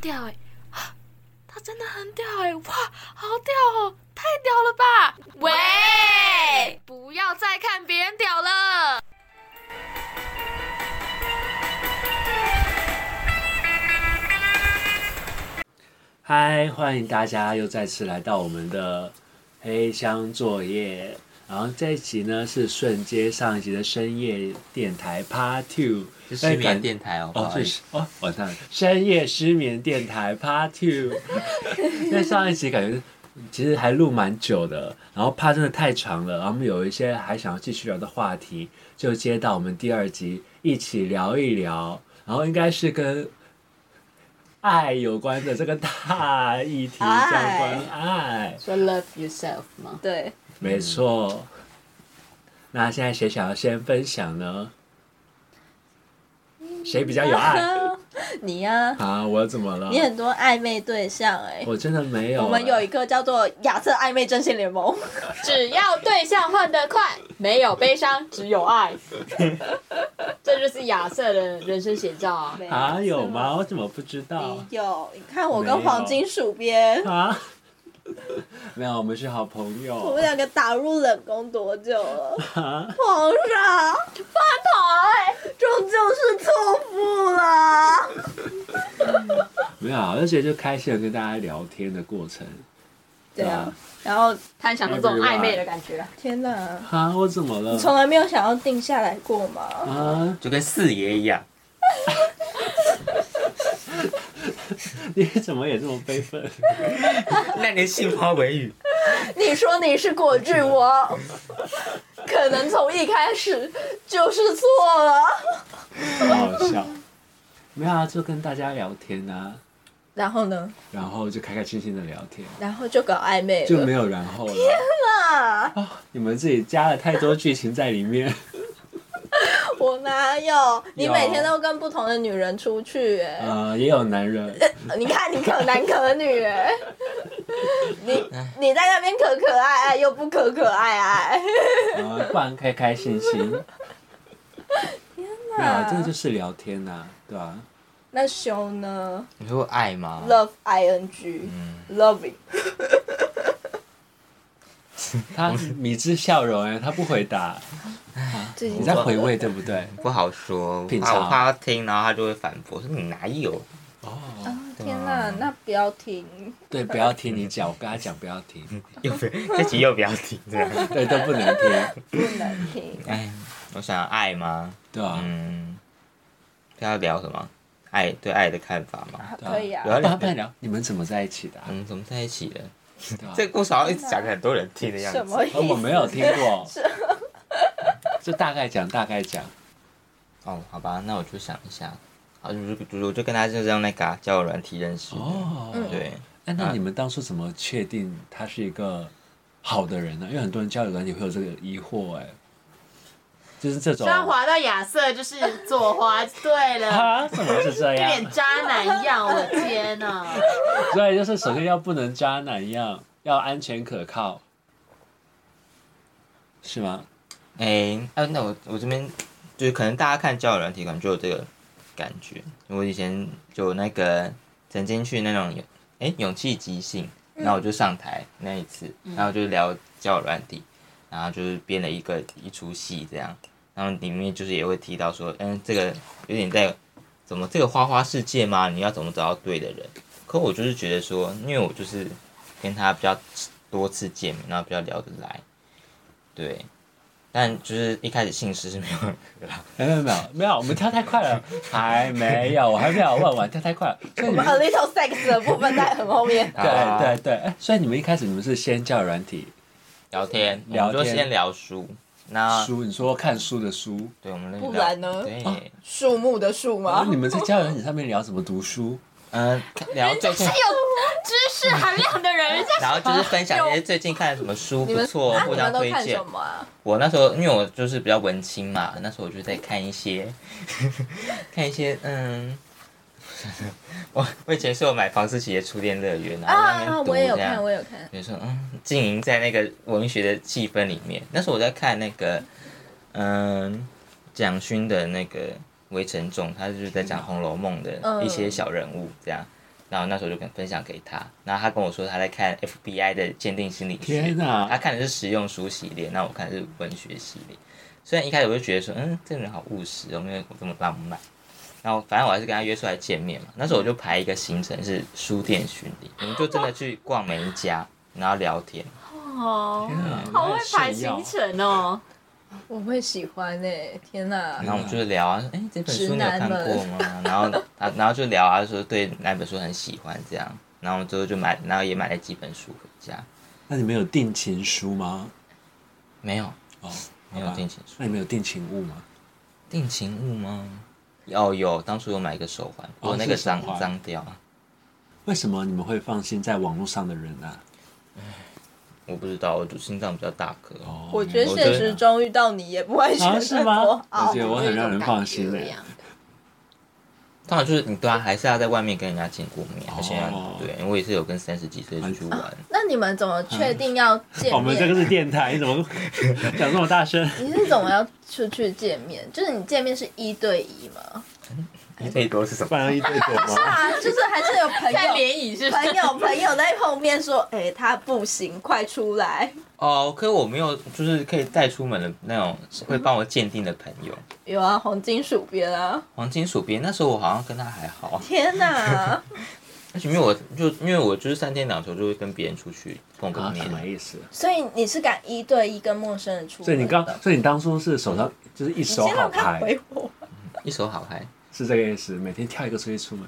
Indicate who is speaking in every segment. Speaker 1: 屌哎、啊他真的很屌哎、哇，好屌哦，太屌了吧！喂，不要再看别人屌了。
Speaker 2: 嗨，欢迎大家又再次来到我们的黑箱作业。然后这一集呢是顺接上一集的深夜电台 Part Two，
Speaker 3: 是失眠电台哎哦，不
Speaker 2: 哦
Speaker 3: 好，意
Speaker 2: 这
Speaker 3: 思
Speaker 2: 是哦，晚上深夜失眠电台 Part Two。那上一集感觉其实还录蛮久的，然后怕真的太长了，然后我们有一些还想要继续聊的话题，就接到我们第二集一起聊一聊，然后应该是跟爱有关的这个大议题相关，爱
Speaker 4: 说 love yourself 吗？
Speaker 5: 对，
Speaker 2: 没错。那现在谁想要先分享呢？谁比较有爱？
Speaker 5: 你呀、
Speaker 2: 啊，我怎么了
Speaker 5: 你？很多暧昧对象哎、
Speaker 2: 我真的没有欸。
Speaker 5: 我们有一个叫做亚瑟暧昧阵线联盟，
Speaker 4: 只要对象换得快，没有悲伤，只有爱。 这就是亚瑟的人生写照啊！
Speaker 2: 啊有吗？我怎么不知道
Speaker 5: 你？有，你看我
Speaker 2: 没
Speaker 5: 跟
Speaker 2: 有
Speaker 5: 黄金鼠 边，
Speaker 2: 啊？没有，我们是好朋
Speaker 5: 我
Speaker 2: 友
Speaker 5: 们。两个打入冷宫多久了？
Speaker 2: 啊，
Speaker 5: 皇上，
Speaker 1: 欸
Speaker 5: 发台终究是错付了。
Speaker 2: 没有，而且就开心的跟大家聊天的过程。
Speaker 5: 对啊
Speaker 2: 啊，，
Speaker 5: 然后
Speaker 4: 贪想的这种暧昧的感觉，
Speaker 5: 天哪，
Speaker 2: 啊，我怎么了
Speaker 5: 你？从来没有想要定下来过吗？
Speaker 2: 啊，
Speaker 3: 就跟四爷一样，
Speaker 2: 你怎么也这么悲 愤？
Speaker 3: 那年杏花微雨，
Speaker 5: 你说你是果郡 王，
Speaker 2: 啊
Speaker 5: 可能从一开始就是错了。
Speaker 2: 好好笑。没有啊，就跟大家聊天啊，
Speaker 5: 然后呢？
Speaker 2: 然后就开开心心的聊天，
Speaker 5: 然后就搞暧昧
Speaker 2: 就
Speaker 5: 了
Speaker 2: 没有然后了。
Speaker 5: 啊！
Speaker 2: 你们自己加了太多剧情在里面。
Speaker 5: 我哪有？你每天都跟不同的女人出去、哎
Speaker 2: 呃，也有男人，
Speaker 5: 你看你可男可女、哎你你在那边可可爱爱又不可可爱爱，
Speaker 2: 啊，不然开开心心。没有啊，这个就是聊天呐、对吧、
Speaker 5: 那熊呢
Speaker 3: 你说爱吗？
Speaker 5: 啊？Love I N G、Loving，
Speaker 2: 他迷之笑容哎、他不回答，
Speaker 5: 最
Speaker 2: 你
Speaker 5: 近
Speaker 2: 在回味对不对？
Speaker 3: 不好说，我
Speaker 2: 品
Speaker 3: 怕
Speaker 2: 尝
Speaker 3: 我怕他听，然后他就会反驳，说你哪 有？
Speaker 2: 哦，
Speaker 5: 天哪，那不要听，
Speaker 2: 对，不要听你讲，我跟他讲不要听，
Speaker 3: 又不这集又不要听这样。
Speaker 2: 对，都不能听，
Speaker 5: 不能听。
Speaker 3: 哎，我想爱吗？
Speaker 2: 对吧、
Speaker 3: 嗯，要聊什么？爱对爱的看法吗？
Speaker 2: 对啊
Speaker 5: 可以啊
Speaker 3: 有，要
Speaker 2: 不然
Speaker 3: 聊
Speaker 2: 不然聊，你们怎么在一起的、啊？
Speaker 3: 嗯，怎么在一起的？
Speaker 2: 对吧、
Speaker 3: 这个故事好像一直讲给很多人听的样
Speaker 5: 什
Speaker 3: 子。
Speaker 5: 么意思？
Speaker 2: 哦，我没有听 过，就大概讲，大概讲，
Speaker 3: 哦，好吧，那我就想一下。啊好，我就我就跟他就是用那个啊交友软体认识的。
Speaker 2: 哦，
Speaker 5: 嗯
Speaker 3: 对，
Speaker 2: 哎，那你们当初怎么确定他是一个好的人呢？因为很多人交友软体会有这个疑惑、哎，就是这
Speaker 4: 虽
Speaker 2: 种
Speaker 4: 然滑到亚瑟就是左滑就对 了，
Speaker 2: 啊，怎么是这
Speaker 4: 有
Speaker 2: 样
Speaker 4: 点？渣 男一样，我的天啊呐！
Speaker 2: 所以就是首先要不能渣男一样，要安全可靠，是吗？
Speaker 3: 哎、啊，那我我这边就是可能大家看交友软体，可能就有这个感觉。我以前就那个曾经去那种哎、勇气即兴，然后我就上台那一次，然后就聊交友软体，然后就是编了一个一出戏这样，然后里面就是也会提到说，嗯，这个有点在怎么这个花花世界嘛，你要怎么找到对的人？可我就是觉得说，因为我就是跟他比较多次见面，然后比较聊得来，对。但就是一开始姓氏是没有 很合啦，。
Speaker 2: 没有没有没有，我们跳太快了，还没有，我还没有问完，跳太快了。所以
Speaker 5: 我
Speaker 2: 你
Speaker 5: 们
Speaker 2: 们
Speaker 5: a little sex 的部分在很后面
Speaker 2: 对对对，哎所以你们一开始你们是先交友软体
Speaker 3: 聊天，
Speaker 2: 聊
Speaker 3: 我们就
Speaker 2: 天
Speaker 3: 先聊书。那
Speaker 2: 书，你说看书的书，
Speaker 3: 对，我们聊
Speaker 5: 不然呢
Speaker 3: 对，
Speaker 5: 树木的树
Speaker 2: 然
Speaker 5: 吗
Speaker 2: 后？你们在交友软体上面聊怎么读书？
Speaker 3: 嗯、聊最
Speaker 5: 哎
Speaker 4: 知
Speaker 3: 近，
Speaker 4: 识含量的人，人家
Speaker 3: 然后就是分享一些最近看什么书
Speaker 5: 哎你
Speaker 3: 不
Speaker 5: 们
Speaker 3: 错，
Speaker 5: 啊，
Speaker 3: 互
Speaker 5: 你
Speaker 3: 相
Speaker 5: 们都
Speaker 3: 推
Speaker 5: 看
Speaker 3: 荐
Speaker 5: 什。么啊？
Speaker 3: 我那时候因为我就是比较文青嘛，那时候我就在看一些， 看一些嗯。 我我以前是有买房思琪的《初恋乐园》，然后在
Speaker 5: 啊，
Speaker 3: 那边读
Speaker 5: 我也有
Speaker 3: 这样
Speaker 5: 看，我也有看。
Speaker 3: 比如说，嗯，浸淫在那个文学的气氛里面。那时候我在看那个，嗯，蒋勋的那个《围城中》，他就是在讲《红楼梦》的一些小人物这样。然后那时候就跟分享给他，然后他跟我说他在看 FBI 的鉴定心理学，
Speaker 2: 天哪
Speaker 3: 他看的是实用书系列，那我看的是文学系列。虽然一开始我就觉得说，嗯，这个人好务实哦，没有这么浪漫。然后反正我还是跟他约出来见面嘛。那时候我就排一个行程是书店巡礼，我们就真的去逛每一家，然后聊天。
Speaker 4: 哦，
Speaker 2: 嗯
Speaker 4: 好会排行，程哦。
Speaker 5: 我会喜欢诶、天哪
Speaker 3: 然！后我们就聊啊，哎、这本书
Speaker 5: 直
Speaker 3: 你有
Speaker 5: 男
Speaker 3: 看
Speaker 5: 们
Speaker 3: 过吗？然后啊，然后就聊啊，说对哪本书很喜欢这样。然后之后就买，然后也买了几本书回家。
Speaker 2: 那你们有定情书吗？
Speaker 3: 没有
Speaker 2: 哦，
Speaker 3: 没有
Speaker 2: 好吧
Speaker 3: 定情书
Speaker 2: 那你们有定情物吗？
Speaker 3: 定情物吗？哦，有，当初有买一个手环，
Speaker 2: 哦
Speaker 3: 我那个
Speaker 2: 是手
Speaker 3: 脏
Speaker 2: 环
Speaker 3: 脏掉了，
Speaker 2: 为什么你们会放心在网络上的人啊？
Speaker 3: 我不知道，我就心脏比较大颗。
Speaker 2: 哦，
Speaker 5: 我觉得
Speaker 3: 我
Speaker 5: 现
Speaker 3: 觉
Speaker 5: 实
Speaker 3: 得
Speaker 5: 中遇到你也不会选
Speaker 2: 啊
Speaker 5: 择
Speaker 2: 是吗
Speaker 4: 哦
Speaker 5: 多哦
Speaker 2: 而
Speaker 5: 好
Speaker 2: 且我很让人放心欸嘞。
Speaker 3: 当然就是你对啊，还是要在外面跟人家见过面，而且要
Speaker 2: 哦
Speaker 3: 对，因为我也是有跟三十几岁出去玩，
Speaker 5: 那你们怎么确定要见面？
Speaker 2: 哦我们嗯这个是电台，你怎么 讲这么大声？
Speaker 5: 你是怎么要出去见面？就是你见面是一对一吗？
Speaker 3: 最多是什
Speaker 2: 不？然一对多吗？
Speaker 5: 啊，就是还是有朋
Speaker 4: 在
Speaker 5: 友。
Speaker 4: 联谊是不
Speaker 5: 朋
Speaker 4: 是？
Speaker 5: 友朋友在后面说：“哎、他不行，快出来
Speaker 3: 哦，可是我没有，就是可以带出门的那种会帮我鉴定的朋友。！”
Speaker 5: 有啊，黄金鼠边啊！
Speaker 3: 黄金鼠边那时候我好像跟他还好，啊
Speaker 5: 天哪，
Speaker 3: 而且因为我就因为我就是三天两头就会跟别人出去碰个
Speaker 2: 啊，什
Speaker 3: 面，
Speaker 2: 么意思？
Speaker 5: 所以你是敢一对一跟陌生人出门的？
Speaker 2: 所以你刚，所以你当初是手上就是一手
Speaker 5: 先
Speaker 2: 好
Speaker 5: 让他
Speaker 2: 牌，
Speaker 5: 回我。
Speaker 3: 一手好牌，
Speaker 2: 是这个意思。每天跳一个出去出门，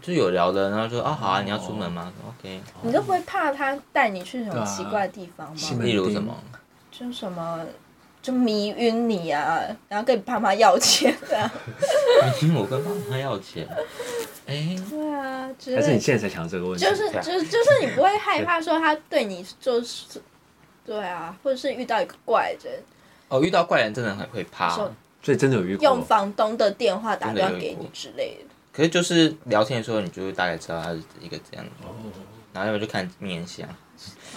Speaker 3: 就有聊的，然后说啊好啊，你要出门吗？OK，
Speaker 2: 哦
Speaker 5: 你都不会怕他带你去什么奇怪的地方
Speaker 2: 对啊西
Speaker 5: 吗？
Speaker 2: 门
Speaker 3: 例如什么？
Speaker 5: 就什么就迷晕你啊，然后跟你爸妈要钱啊，
Speaker 3: 因为我跟妈妈要钱，哎，
Speaker 5: 对啊，之
Speaker 2: 还是
Speaker 5: 类
Speaker 2: 你啊
Speaker 5: 的。
Speaker 2: 现在才想到这个问题？
Speaker 5: 就是就是就是你不会害怕说他对你就是，对啊，或者是遇到一个怪人，
Speaker 3: 哦，遇到怪人真的很会怕，哦
Speaker 5: 说
Speaker 2: 所以真的有遇
Speaker 5: 用
Speaker 2: 过，
Speaker 5: 房东的电话打电话给你之类的。
Speaker 3: 可是就是聊天的时候，你就会大概知道他是一个怎样的人，
Speaker 2: 哦
Speaker 3: 然后要么就看面相，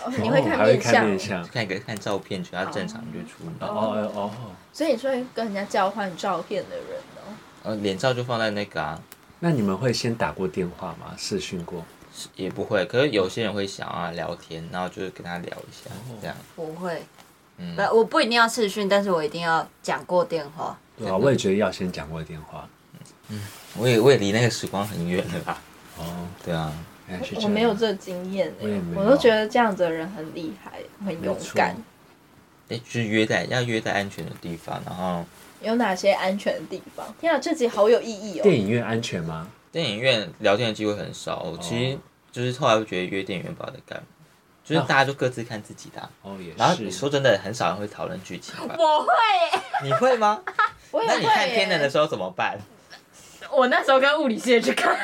Speaker 5: 哦你会看
Speaker 2: 还会
Speaker 5: 面
Speaker 2: 看
Speaker 5: 相
Speaker 2: 面，相
Speaker 3: 就，看一个看照片，觉得他正常你就出门，
Speaker 2: 哦
Speaker 3: 然
Speaker 2: 哦哦。
Speaker 5: 所以你是会跟人家交换照片的人哦。
Speaker 3: 后脸照就放在那个啊，
Speaker 2: 那你们会先打过电话吗？视讯过？
Speaker 3: 也不会。可是有些人会想要聊天，然后就是跟他聊一下
Speaker 2: 哦
Speaker 3: 这样，
Speaker 4: 不会，
Speaker 3: 嗯
Speaker 4: 不，，我不一定要视讯，但是我一定要讲过电话。
Speaker 2: 对啊，我也觉得要先讲过电话。
Speaker 3: 我也我也离那个时光很远了啦，
Speaker 2: 哦，
Speaker 3: 对啊，
Speaker 2: 原来是这
Speaker 5: 我
Speaker 2: 样
Speaker 5: 没有这个经验
Speaker 2: 我也没
Speaker 5: 欸，
Speaker 2: 有
Speaker 5: 我都觉得这样子的人很厉害，很勇敢
Speaker 2: 没错。
Speaker 3: 哎，就是约在要约在安全的地方，然后
Speaker 5: 有哪些安全的地方？天啊，这集好有意义哦！
Speaker 2: 电影院安全吗？
Speaker 3: 电影院聊天的机会很少。
Speaker 2: 哦
Speaker 3: 我其实就是后来会觉得约电影院不知道在干嘛，就是大家就各自看自己的啊、
Speaker 2: 哦，也
Speaker 3: 然后
Speaker 2: 是。
Speaker 3: 你说真的，很少人会讨论剧情 吧？
Speaker 4: 我会，
Speaker 3: 你会吗？
Speaker 5: 我也
Speaker 3: 那
Speaker 5: 会
Speaker 3: 你看天人的
Speaker 5: 耶，
Speaker 3: 时候怎么办？
Speaker 4: 我那时候跟物理系的去看。
Speaker 5: 啊，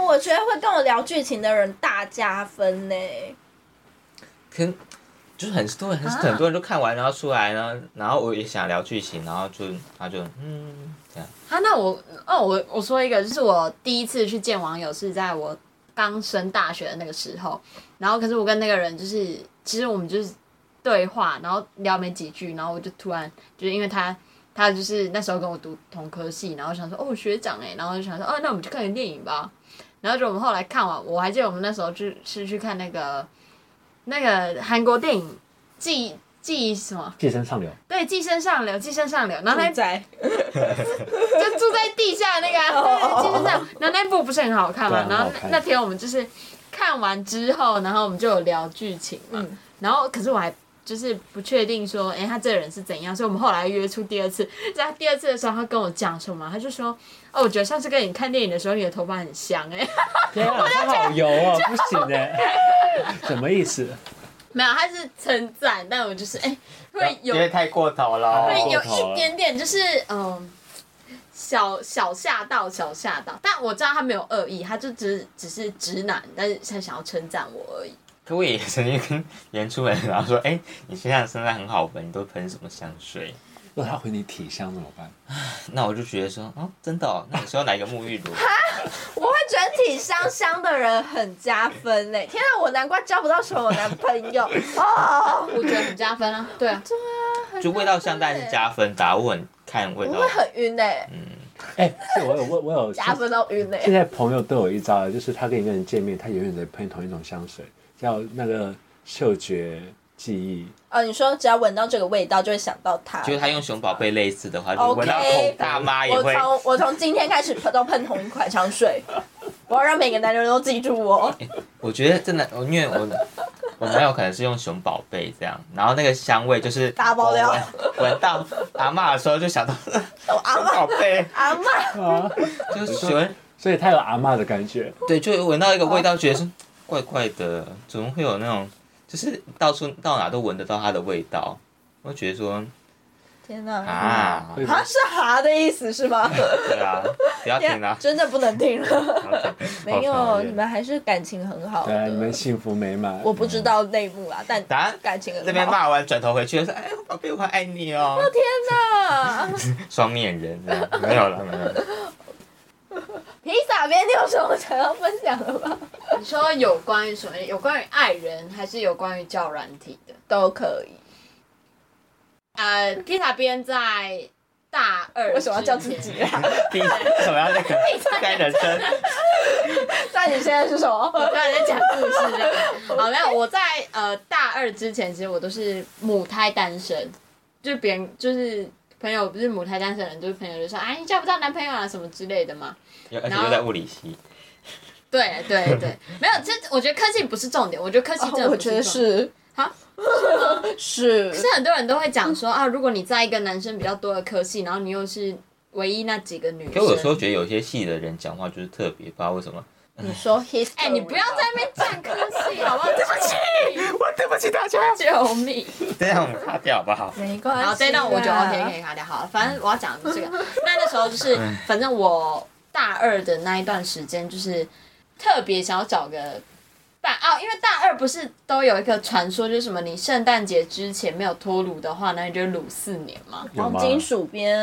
Speaker 5: 我觉得会跟我聊剧情的人大加分呢。
Speaker 3: 可能就是很多人很、很多人都看完，然后出来呢，然后我也想聊剧情，然后就他就嗯这样，
Speaker 4: 啊，那我哦，我我说一个，就是我第一次去见网友是在我刚升大学的那个时候，然后可是我跟那个人就是，其实我们就是对话，然后聊没几句，然后我就突然就是因为他他就是那时候跟我读同科系，然后想说哦学长哎、然后就想说哦那我们去看个电影吧，然后就我们后来看完，我还记得我们那时候去是去看那个那个韩国电影寄寄什么
Speaker 2: 寄生上流，
Speaker 4: 对寄生上流寄生上流，然后他
Speaker 5: 哎在
Speaker 4: 就住在地下那个、啊，就是那那那部不是很好看嘛？
Speaker 2: 对
Speaker 4: 然
Speaker 2: 很
Speaker 4: 后
Speaker 2: 好
Speaker 4: 那
Speaker 2: 看
Speaker 4: 那天我们就是看完之后，然后我们就有聊剧情嘛。
Speaker 5: 嗯
Speaker 4: 然后可是我还就是不确定说，哎、他这个人是怎样，所以我们后来约出第二次。在他第二次的时候，他跟我讲什么？他就说，哦，我觉得上次跟你看电影的时候，你的头发很香、哎，
Speaker 2: 天 啊，他好油哦，不行哎， 什么意思？
Speaker 4: 没有，他是称赞，但我就是哎、会有
Speaker 3: 太过头
Speaker 2: 会
Speaker 4: 会有
Speaker 2: 过头了
Speaker 4: 一点点，就是嗯，小小吓到，小吓到。但我知道他没有恶意，他就只只是直男，但是他想要称赞我而已。
Speaker 3: 可我也曾经跟别人出门，然后说，哎、你身上身上很好闻，你都喷什么香水？
Speaker 2: 如果他回你体香怎么办？
Speaker 3: 那我就觉得说，哦，真的、哦，那你需要哪一个沐浴乳？
Speaker 5: 我会觉得体香香的人很加分呢。天啊，我难怪交不到什么男朋 友哦。
Speaker 4: 我觉得很加分 啊，对啊，
Speaker 5: 对啊，很
Speaker 3: 就味道香当然是加分的啊、我很看味
Speaker 5: 加分欸，
Speaker 3: 道
Speaker 5: 我会。很晕呢。
Speaker 3: 嗯，
Speaker 2: 哎、是我有我我有
Speaker 5: 加分到晕嘞、
Speaker 2: 现在朋友都有一招，就是他跟一个人见面，他永远在喷同一种香水，叫那个嗅觉 记忆。
Speaker 5: 哦，你说只要闻到这个味道就会想到它。
Speaker 3: 就是他用熊宝贝类似的话，就
Speaker 5: OK，
Speaker 3: 闻到孔大妈也
Speaker 5: 我
Speaker 3: 会。
Speaker 5: 从我从今天开始都喷同一款香 水，我要让每个男人都记住我。
Speaker 3: 我觉得真的，我因为我 我男友可能是用熊宝贝这样，然后那个香味就是
Speaker 5: 大爆料
Speaker 3: 我闻闻到阿嬷的时候就想到
Speaker 5: 我 哦阿
Speaker 3: 熊宝
Speaker 5: 妈
Speaker 3: 贝，
Speaker 5: 阿妈，
Speaker 2: 啊，
Speaker 3: 就是喜欢
Speaker 2: 所以他有阿嬷的感觉。
Speaker 3: 对，就闻到一个味道，觉得是怪怪的，怎么会有那种，就是到处到哪都闻得到它的味道。我觉得说
Speaker 5: 天哪！
Speaker 3: 啊，
Speaker 2: 会
Speaker 5: 啊，是哈的意思是 吗？
Speaker 3: 对啊，不要听啦、
Speaker 5: 真的不能听了。
Speaker 3: 不要听
Speaker 5: 没有，你。
Speaker 3: 好讨厌
Speaker 5: 们还是感情很好
Speaker 2: 对啊，你们
Speaker 5: 的。
Speaker 2: 幸福美满。
Speaker 5: 我不知道内幕啦，但
Speaker 3: 答案
Speaker 5: 感情很好。
Speaker 3: 这边骂完，转头回去就说：“哎，宝贝，我好爱你哦。
Speaker 5: 天哪！
Speaker 3: 双面人这样，没有了，没有了。
Speaker 5: 披萨边，你有什么想要分享的吗？
Speaker 4: 你说有关于什么？有关于爱人，还是有关于教软体的？
Speaker 5: 都可以。
Speaker 4: 呃，披萨边在大二
Speaker 5: 为什么要叫自己
Speaker 4: 之前？
Speaker 5: 啊？
Speaker 3: 第为什么要那个
Speaker 5: 哎
Speaker 3: 在人生？
Speaker 5: 那你现在是什
Speaker 4: 我
Speaker 5: 么？
Speaker 4: 刚才在讲故事 这样。好，没有，我在呃大二之前，其实我都是母胎单身，就别人就是朋友不是母胎单身的人，就是朋友就说，哎，你交不到男朋友啊什么之类的嘛。
Speaker 3: 有而且又在物理系，
Speaker 4: 对对对，没有，这我觉得科技不是重点，我觉得科技真的
Speaker 5: 哦我
Speaker 4: 不
Speaker 5: 觉
Speaker 4: 重
Speaker 5: 得
Speaker 4: 点。
Speaker 5: 是
Speaker 4: 啊，
Speaker 5: 是
Speaker 4: 可是很多人都会讲说啊，如果你在一个男生比较多的科系，然后你又是唯一那几个女生，
Speaker 3: 可我有时候觉得有些系的人讲话就是特别，不知道为什么。
Speaker 5: 你说 history，
Speaker 4: 哎、你不要在那边占科系好不 好？对不起，
Speaker 3: 我对不起大家，
Speaker 4: 救命！
Speaker 3: 这样我们卡掉好不好？
Speaker 5: 没关系啦。啊
Speaker 4: 然后这一段我就 OK 可以卡掉，好了，反正我要讲的不是这个。那那时候就是，反正我大二的那一段时间，就是特别想要找个伴哦，因为大二不是都有一个传说，就是什么你圣诞节之前没有脱乳的话，那你就乳四年嘛。
Speaker 2: 有
Speaker 5: 黄
Speaker 2: 吗？
Speaker 5: 金鼠边，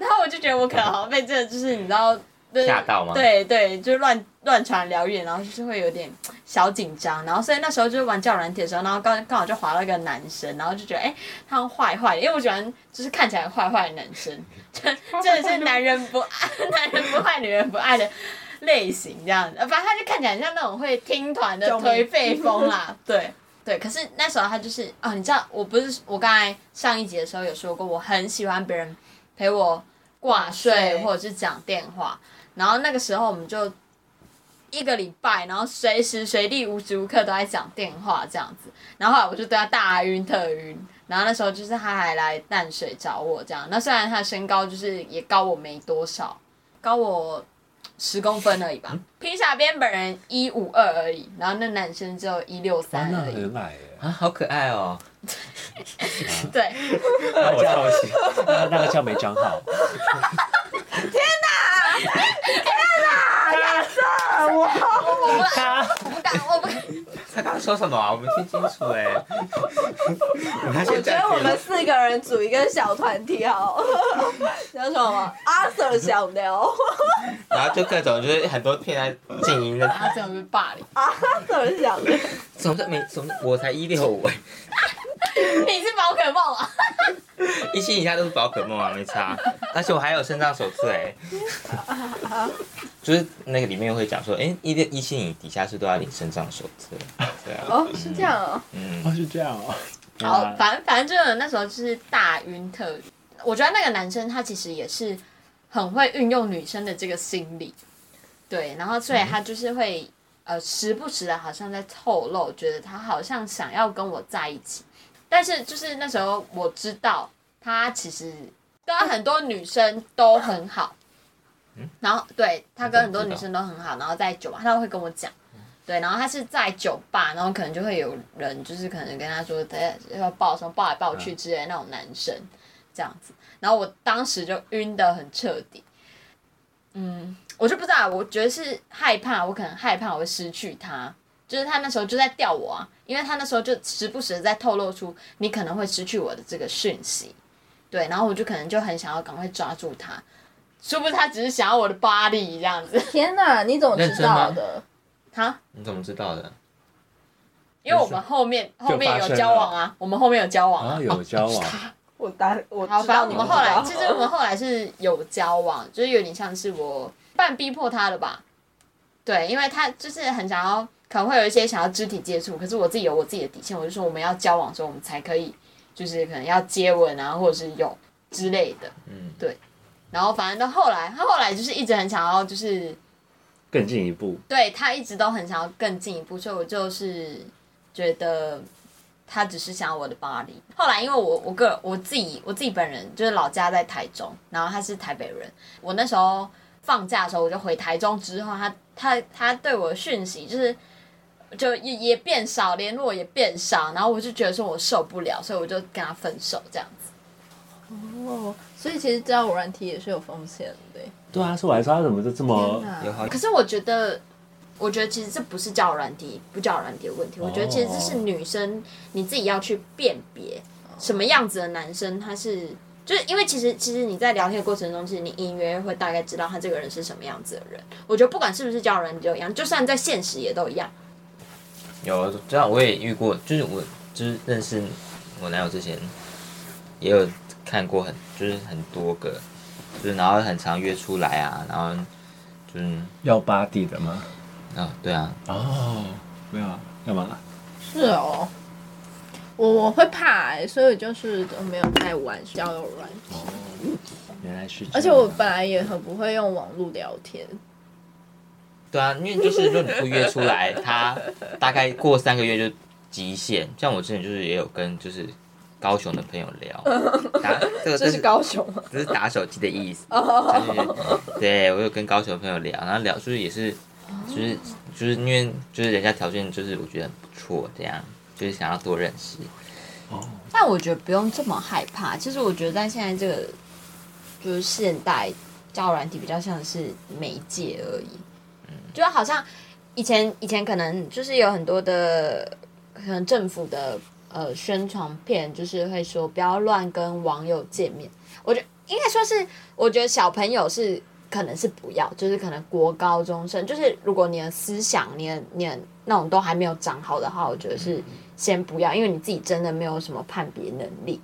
Speaker 4: 然后我就觉得我可能好像被这个就是你知道就是
Speaker 3: 吓到吗
Speaker 4: 对对，就是乱乱传疗愈，然后就是会有点小紧张，然后所以那时候就是玩叫软体的时候，然后刚刚好就滑到一个男生，然后就觉得哎、他好像坏坏的，因为我喜欢就是看起来坏坏的男生， 就真的是男人不爱， 男人不坏，女人不爱的。类型这样子，呃反正他就看起来很像那种会听团的
Speaker 5: 救命
Speaker 4: 颓废风 啦，对对。可是那时候他就是哦，你知道，我不是我刚才上一集的时候有说过，我很喜欢别人陪我挂睡
Speaker 5: 睡
Speaker 4: 或者是讲电话，然后那个时候我们就一个礼拜，然后随时随地无时无刻都在讲电话这样子，然后后来我就对他大晕特晕。然后那时候就是他还来淡水找我这样，那虽然他身高就是也高我没多少，高我十公分而已吧。披萨边本人一五二而已，然后那男生只有一六
Speaker 2: 哇，
Speaker 4: 三
Speaker 2: 那
Speaker 4: 而已。
Speaker 2: 很矮欸耶。
Speaker 3: 啊，好可爱哦！
Speaker 4: 对，
Speaker 2: 那我叫那那个叫没长好。
Speaker 4: 我不
Speaker 2: 他
Speaker 4: 我不敢，我不敢。
Speaker 3: 他刚刚说什么啊？我没听清楚哎。
Speaker 5: 我
Speaker 3: 我
Speaker 5: 觉得我们四个人组一个小团体好， 叫什么？Arthur 想聊
Speaker 3: 然后就各种就是很多骗他静音的，
Speaker 4: 他真的被霸凌。
Speaker 5: ，Arthur 想聊，
Speaker 3: 什么叫没什么？我才一六五，哎
Speaker 4: 你是宝可梦啊？
Speaker 3: 一七以下都是宝可梦啊，没差。而且我还有肾脏手册 哎，就是那个里面会讲说，哎，一六一七你底下是都要领肾脏手册，对啊，
Speaker 5: 哦，是这样哦，
Speaker 3: 嗯
Speaker 2: 哦，，是这样哦。
Speaker 4: 好，反正反正就是那时候就是大晕特晕。我觉得那个男生他其实也是很会运用女生的这个心理，对，然后所以他就是会、呃时不时的好像在透露，觉得他好像想要跟我在一起，但是就是那时候我知道他其实跟很多女生都很好，然后对他跟很多女生都很好，然后在酒吧他会跟我讲。对，然后他是在酒吧，然后可能就会有人，就是可能跟他说，他要抱什么抱来抱去之类的那种男生，这样子。然后我当时就晕得很彻底，嗯，我就不知道，我觉得是害怕，我可能害怕我会失去他，就是他那时候就在吊我啊，因为他那时候就时不时地在透露出你可能会失去我的这个讯息，对，然后我就可能就很想要赶快抓住他，殊不知他只是想要我的 body 这样子，
Speaker 5: 天哪，你怎么知道
Speaker 3: 认
Speaker 5: 的？
Speaker 4: 好。
Speaker 3: 你怎么知道的？
Speaker 4: 因为我们后面
Speaker 2: 就
Speaker 4: 后面
Speaker 2: 发生
Speaker 4: 有
Speaker 2: 了
Speaker 4: 交往啊，我们后面有交往啊
Speaker 2: 啊，，有交往，
Speaker 5: 我答我
Speaker 4: 好，
Speaker 5: 知
Speaker 4: 反
Speaker 5: 道
Speaker 4: 正
Speaker 5: 你
Speaker 4: 我们
Speaker 5: 不知
Speaker 4: 后来，
Speaker 5: 道
Speaker 4: 其实我们后来是有交往，就是有点像是我半逼迫他的吧。对，因为他就是很想要，可能会有一些想要肢体接触，可是我自己有我自己的底线，我就说我们要交往的时候，我们才可以，就是可能要接吻啊，或者是有之类的。
Speaker 3: 嗯，
Speaker 4: 然后反正到后来，他后来就是一直很想要，就是
Speaker 2: 更进一步。
Speaker 4: 对他一直都很想要更进一步，所以我就是觉得他只是想要我的 body。后来因为我我个我自己我自己本人就是老家在台中，然后他是台北人，我那时候放假的时候我就回台中之后，他他他对我的讯息就是。就也也变少，联络也变少，然后我就觉得说我受不了，所以我就跟他分手这样子。
Speaker 5: 哦，所以其实交友软体也是有风险的。
Speaker 2: 对啊，所以我还说他怎么就这么
Speaker 5: 天哪
Speaker 3: 有好
Speaker 4: 可是我觉得，我觉得其实这不是叫软体不叫软体的问题，我觉得其实这是女生你自己要去辨别什么样子的男生他是。就是因为其实其实你在聊天的过程中，其实你隐约会大概知道他这个人是什么样子的人。我觉得不管是不是交友软体都一样，就算在现实也都一样。
Speaker 3: 有，知道我也遇过，就是我就是认识我男友之前，也有看过很就是很多个，就是然后很常约出来啊，然后就是
Speaker 2: 要巴蒂的吗？
Speaker 3: 啊、对啊，
Speaker 2: 哦，没有啊，干嘛？
Speaker 5: 是哦，我我会怕、欸，所以就是都没有太玩交友软体，
Speaker 2: 哦原来是这样啊。
Speaker 5: 而且我本来也很不会用网络聊天。
Speaker 3: 对啊，因为就是如果你不约出来，他大概过三个月就极限。像我之前就是也有跟就是高雄的朋友聊，打这个这是
Speaker 5: 高雄啊吗？
Speaker 3: 这是打手机的意思，
Speaker 5: 哦
Speaker 3: 就是对我有跟高雄的朋友聊，然后聊就是也是
Speaker 5: 哦
Speaker 3: 就是就是因为就是人家条件就是我觉得很不错，这样就是想要多认识。
Speaker 4: 但我觉得不用这么害怕。其实我觉得在现在这个就是现代交友软体比较像是媒介而已，就好像以前以前可能就是有很多的可能政府的呃宣传片，就是会说不要乱跟网友见面。我觉得应该说是，我觉得小朋友是。可能是不要，就是可能国高中生，就是如果你的思想、你的、你的那种都还没有长好的话，我觉得是先不要，因为你自己真的没有什么判别能力。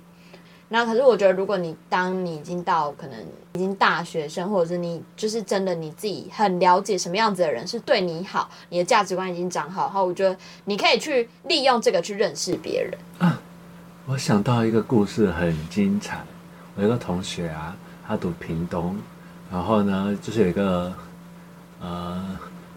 Speaker 4: 那可是我觉得，如果你当你已经到可能已经大学生，或者是你就是真的你自己很了解什么样子的人是对你好，你的价值观已经长好的话，我觉得你可以去利用这个去认识别人。
Speaker 2: 我想到一个故事很精彩。我有一个同学啊，他读屏东，然后呢，就是有一个呃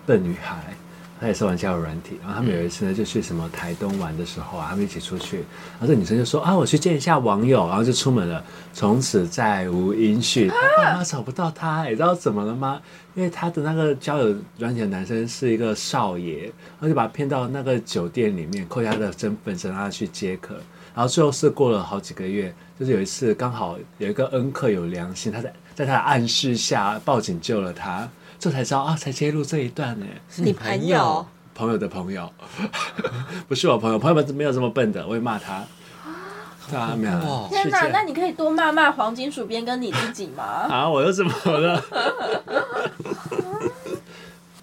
Speaker 2: 笨女孩，她也是玩交友软体。然后他们有一次呢，就去什么台东玩的时候啊，他们一起出去，然后这女生就说啊，我去见一下网友，然后就出门了，从此再无音讯。啊她爸妈找不到她、你知道怎么了吗？因为她的那个交友软体的男生是一个少爷，然后就把她骗到那个酒店里面，扣下她的身份证，让她去接客。然后最后是过了好几个月，就是有一次刚好有一个恩客有良心，他在在他的暗示下报警救了他，这才知道啊，才揭露这一段呢。
Speaker 3: 是你朋友？
Speaker 2: 朋友的朋友， 不是我朋友，朋友们没有这么笨的，我会骂他。对啊，没有
Speaker 3: 哦
Speaker 2: 啊。
Speaker 5: 天
Speaker 2: 世
Speaker 5: 哪，
Speaker 2: 界
Speaker 5: 那你可以多骂骂黄金鼠边跟你自己吗？
Speaker 2: 啊，我又怎么了？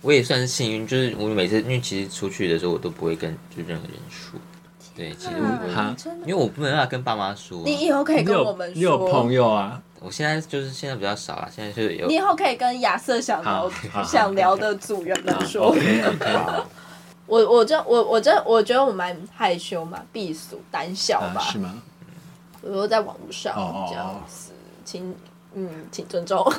Speaker 3: 我也算是幸运，就是我每次因为其实出去的时候我都不会跟就任何人说，对，其实我
Speaker 2: 嗯哈
Speaker 3: 我因为我没办法跟爸妈说啊、
Speaker 5: 嗯你以后可以
Speaker 2: 你
Speaker 5: 跟我
Speaker 2: 有
Speaker 5: 们说，
Speaker 2: 你有朋友啊？
Speaker 3: 我现在就是现在比较少了，现在就是有
Speaker 5: 你以后可以跟亚瑟想聊
Speaker 2: 好好
Speaker 5: 想聊的组员们说。
Speaker 2: OK，好
Speaker 5: 我我这我我这我觉得我蛮害羞嘛，避俗胆小
Speaker 2: 啊
Speaker 5: 吧，
Speaker 2: 是吗？
Speaker 5: 我都在网络上
Speaker 2: 哦哦哦
Speaker 5: 这样子，请嗯，请尊重。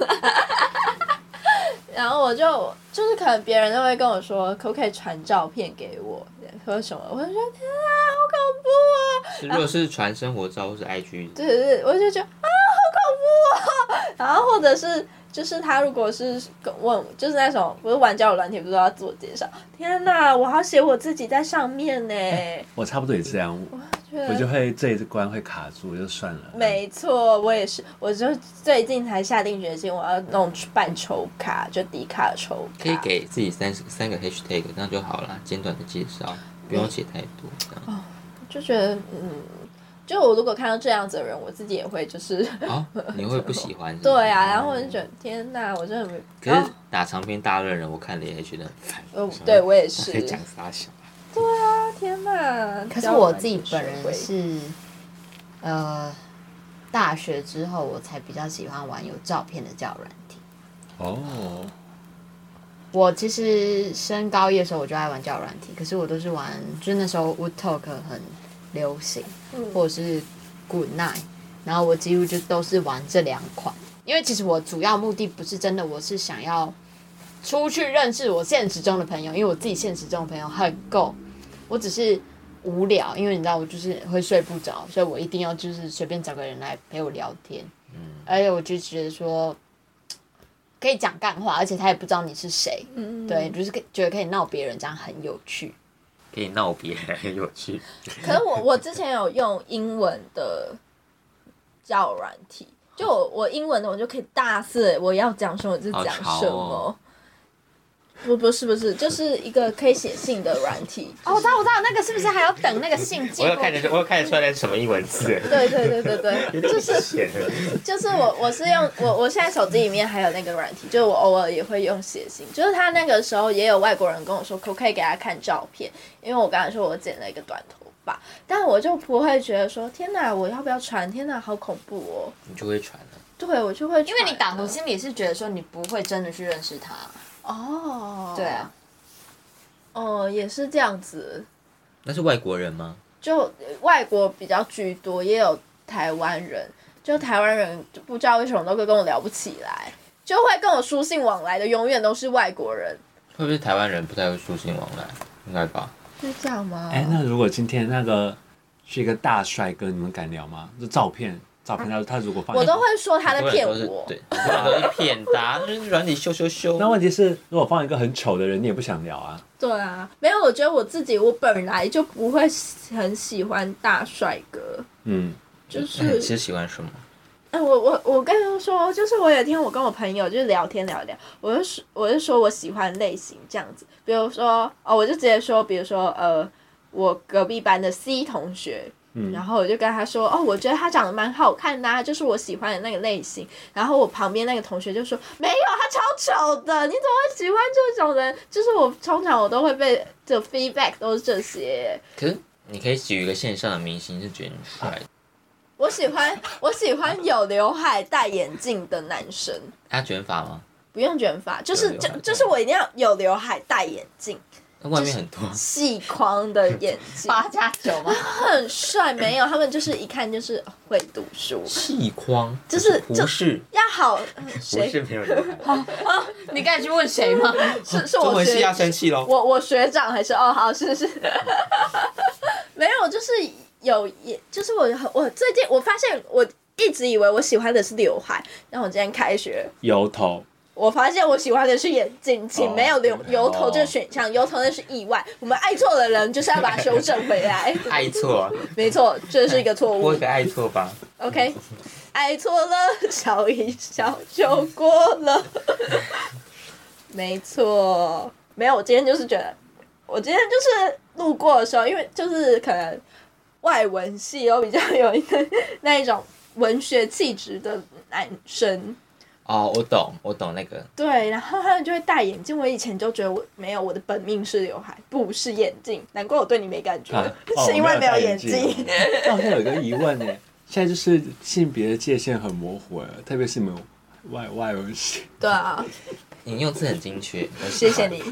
Speaker 5: 然后我就就是可能别人都会跟我说，可不可以传照片给我，或什么，我就觉得天啊，好恐怖哦！
Speaker 3: 是如果是传生活照或是 IG，
Speaker 5: 对对对，我就觉得啊，好恐 怖哦！然后或者是就是他如果是跟问，就是那种不是玩交友软体，不是都要自我介绍？天哪，我好写我自己在上面呢，
Speaker 2: 我差不多也这样，
Speaker 5: 觉得
Speaker 2: 我就会这一关会卡住，就算了。
Speaker 5: 没错，我也是，我就最近才下定决心，我要弄办抽卡，就迪卡抽卡。
Speaker 3: 可以给自己三三个 hashtag，那就好了，简短的介绍，不用写太多。这样
Speaker 5: 就觉得嗯，就我如果看到这样子的人，我自己也会 就是，
Speaker 3: 哦，你会不喜欢是不是？
Speaker 5: 对啊，然后我就觉
Speaker 3: 得，
Speaker 5: 得天哪，我真的没，
Speaker 3: 可
Speaker 5: 然
Speaker 3: 是
Speaker 5: 后
Speaker 3: 打长篇大论人，我看了也觉得很烦。
Speaker 5: 呃，对我也是
Speaker 3: 可，以讲仨小，
Speaker 5: 天哪！
Speaker 4: 可是
Speaker 5: 交友
Speaker 4: 我
Speaker 5: 软
Speaker 4: 自己
Speaker 5: 体
Speaker 4: 本
Speaker 5: 社
Speaker 4: 人
Speaker 5: 会
Speaker 4: 是，呃，大学之后，我才比较喜欢玩有照片的交友软体。
Speaker 2: 哦，
Speaker 4: 我其实升高一的时候我就爱玩交友软体，可是我都是玩，就是那时候 Wood Talk 很流行，
Speaker 5: 嗯，
Speaker 4: 或者是 Good Night，然后我几乎就都是玩这两款，因为其实我主要目的不是真的，我是想要出去认识我现实中的朋友，因为我自己现实中的朋友很够，我只是无聊，因为你知道我就是会睡不着，所以我一定要就是随便找个人来陪我聊天，而且我就觉得说可以讲干话，而且他也不知道你是谁，
Speaker 5: 嗯
Speaker 4: 对，就是可以觉得可以闹别人，这样很有趣。
Speaker 3: 可以闹别人，很 有趣。
Speaker 5: 可是我我之前有用英文的教软体，就我我英文的我就可以大肆我要讲什么就讲
Speaker 3: 好
Speaker 5: 什
Speaker 3: 潮
Speaker 5: 么
Speaker 3: 哦。
Speaker 5: 不不是不是，就是一个可以写信的软体。
Speaker 4: 哦，我知道，我知道，那个是不是还要等那个信寄过
Speaker 3: 我有
Speaker 4: 去
Speaker 3: 看得出，我有看得出来那是什么英文字，
Speaker 5: 对对对对对，
Speaker 3: 有
Speaker 5: 就
Speaker 3: 点啊
Speaker 5: 是
Speaker 3: 显 了。
Speaker 5: 就是我我是用我我现在手机里面还有那个软体，就是我偶尔也会用写信。就是他那个时候也有外国人跟我说，可不可以给他看照片？因为我刚才说我剪了一个短头发，但我就不会觉得说天哪，我要不要传？天哪，好恐怖哦！
Speaker 3: 你就会传啊了，
Speaker 5: 对，我就会
Speaker 4: 因为你打
Speaker 5: 挡
Speaker 4: 从心里是觉得说你不会真的去认识他，
Speaker 5: 哦，
Speaker 4: 对啊，，
Speaker 5: 哦，也是这样子，
Speaker 3: 那是外国人吗？
Speaker 5: 就呃外国比较居多，也有台湾人，就台湾人就不知道为什么都会跟我聊不起来，就会跟我书信往来的永远都是外国人。
Speaker 3: 会不会台湾人不太会书信往来？啊应该吧。
Speaker 5: 是这样吗？
Speaker 4: 嗯
Speaker 2: 哎、那如果今天那个是一个大帅哥，你们敢聊吗？就照片，照片他他如果放，
Speaker 5: 我都。会说他在骗
Speaker 3: 很多
Speaker 5: 我。
Speaker 3: 人都是对，很多人都是骗的啊，就是软体羞羞羞。
Speaker 2: 那问题是，如果放一个很丑的人，你也不想聊啊。
Speaker 5: 对啊，没有，我觉得我自己我本来就不会很喜欢大帅哥，
Speaker 2: 嗯，
Speaker 5: 就
Speaker 3: 那
Speaker 5: 是
Speaker 3: 你是喜欢什么？
Speaker 5: 哎，我我我跟你说，就是我有一天我跟我朋友就是聊天聊一聊，我就说我就说我喜欢类型这样子，比如说哦，我就直接说，比如说呃，我隔壁班的 C 同学，
Speaker 2: 嗯
Speaker 5: 然后我就跟他说哦，我觉得他长得蛮好看的、啊，就是我喜欢的那个类型。然后我旁边那个同学就说没有，他超丑的，你怎么会喜欢这种人？就是我通常我都会被的 feedback 都是这些。
Speaker 3: 可是你可以举一个线上的明星，是觉得你帅，
Speaker 5: 我喜欢我喜欢有刘海戴眼镜的男生。
Speaker 3: 他卷发吗？
Speaker 5: 不用卷发，就是
Speaker 3: 有
Speaker 5: 就
Speaker 3: 刘海
Speaker 5: 就是我一定要有刘海、戴眼镜、
Speaker 3: 那外面很多，
Speaker 5: 细框的眼 镜，
Speaker 4: 八加九吗？
Speaker 5: 很帅。没有，他们就是一看就是会读书，
Speaker 3: 细框，
Speaker 5: 就是
Speaker 3: 不是
Speaker 5: 要好嗯
Speaker 3: 不
Speaker 5: 谁
Speaker 3: 是没有人。
Speaker 4: 你刚才去问谁吗？
Speaker 5: 是是
Speaker 3: 中
Speaker 5: 我
Speaker 3: 文系
Speaker 5: 学
Speaker 3: 要生气喽。
Speaker 5: 我我学长还是哦好是 是，没有就是有也就是我很我最近我发现我一直以为我喜欢的是刘海，然后我今天开学
Speaker 2: 油 头，
Speaker 5: 我发现我喜欢的是眼镜，请
Speaker 2: 哦
Speaker 5: 没有留
Speaker 2: 对
Speaker 5: 油头这个
Speaker 2: 哦
Speaker 5: 选项，油头那是意外。我们爱错的人就是要把它修正回 来。
Speaker 3: 爱错，
Speaker 5: 没错，这是一个错
Speaker 3: 播
Speaker 5: 误
Speaker 3: 一。个爱错吧。
Speaker 5: OK，爱错了， 笑一笑就过了。 没错，没有，我今天就是觉得，我今天就是路过的时候，因为就是可能外文系有比较有一个那一种文学气质的男生，
Speaker 3: 哦，我懂，我懂那个。
Speaker 5: 对，然后他们就会戴眼镜。我以前就觉得我没有，我的本命是刘海，不是眼镜，难怪我对你没感 觉，
Speaker 2: 啊哦
Speaker 5: 是因为没有
Speaker 2: 戴
Speaker 5: 眼
Speaker 2: 眼
Speaker 5: 镜。
Speaker 2: 镜。那哦我现在有一个疑问呢，现在就是性别的界限很模糊了，特别是你们外外文系。
Speaker 5: 对啊，
Speaker 3: 你用字很精确，我喜
Speaker 5: 谢
Speaker 3: 欢
Speaker 5: 谢你。。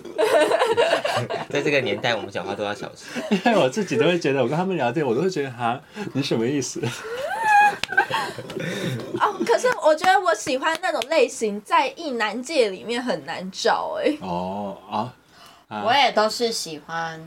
Speaker 3: 在这个年代，我们讲话都要小心。
Speaker 2: 因为我自己都会觉得，我跟他们聊天，我都会觉得哈，你什么意思？
Speaker 5: 哦，可是我觉得我喜欢那种类型，在意男界里面很难找哎、
Speaker 2: 哦啊，啊
Speaker 4: 我也都是喜欢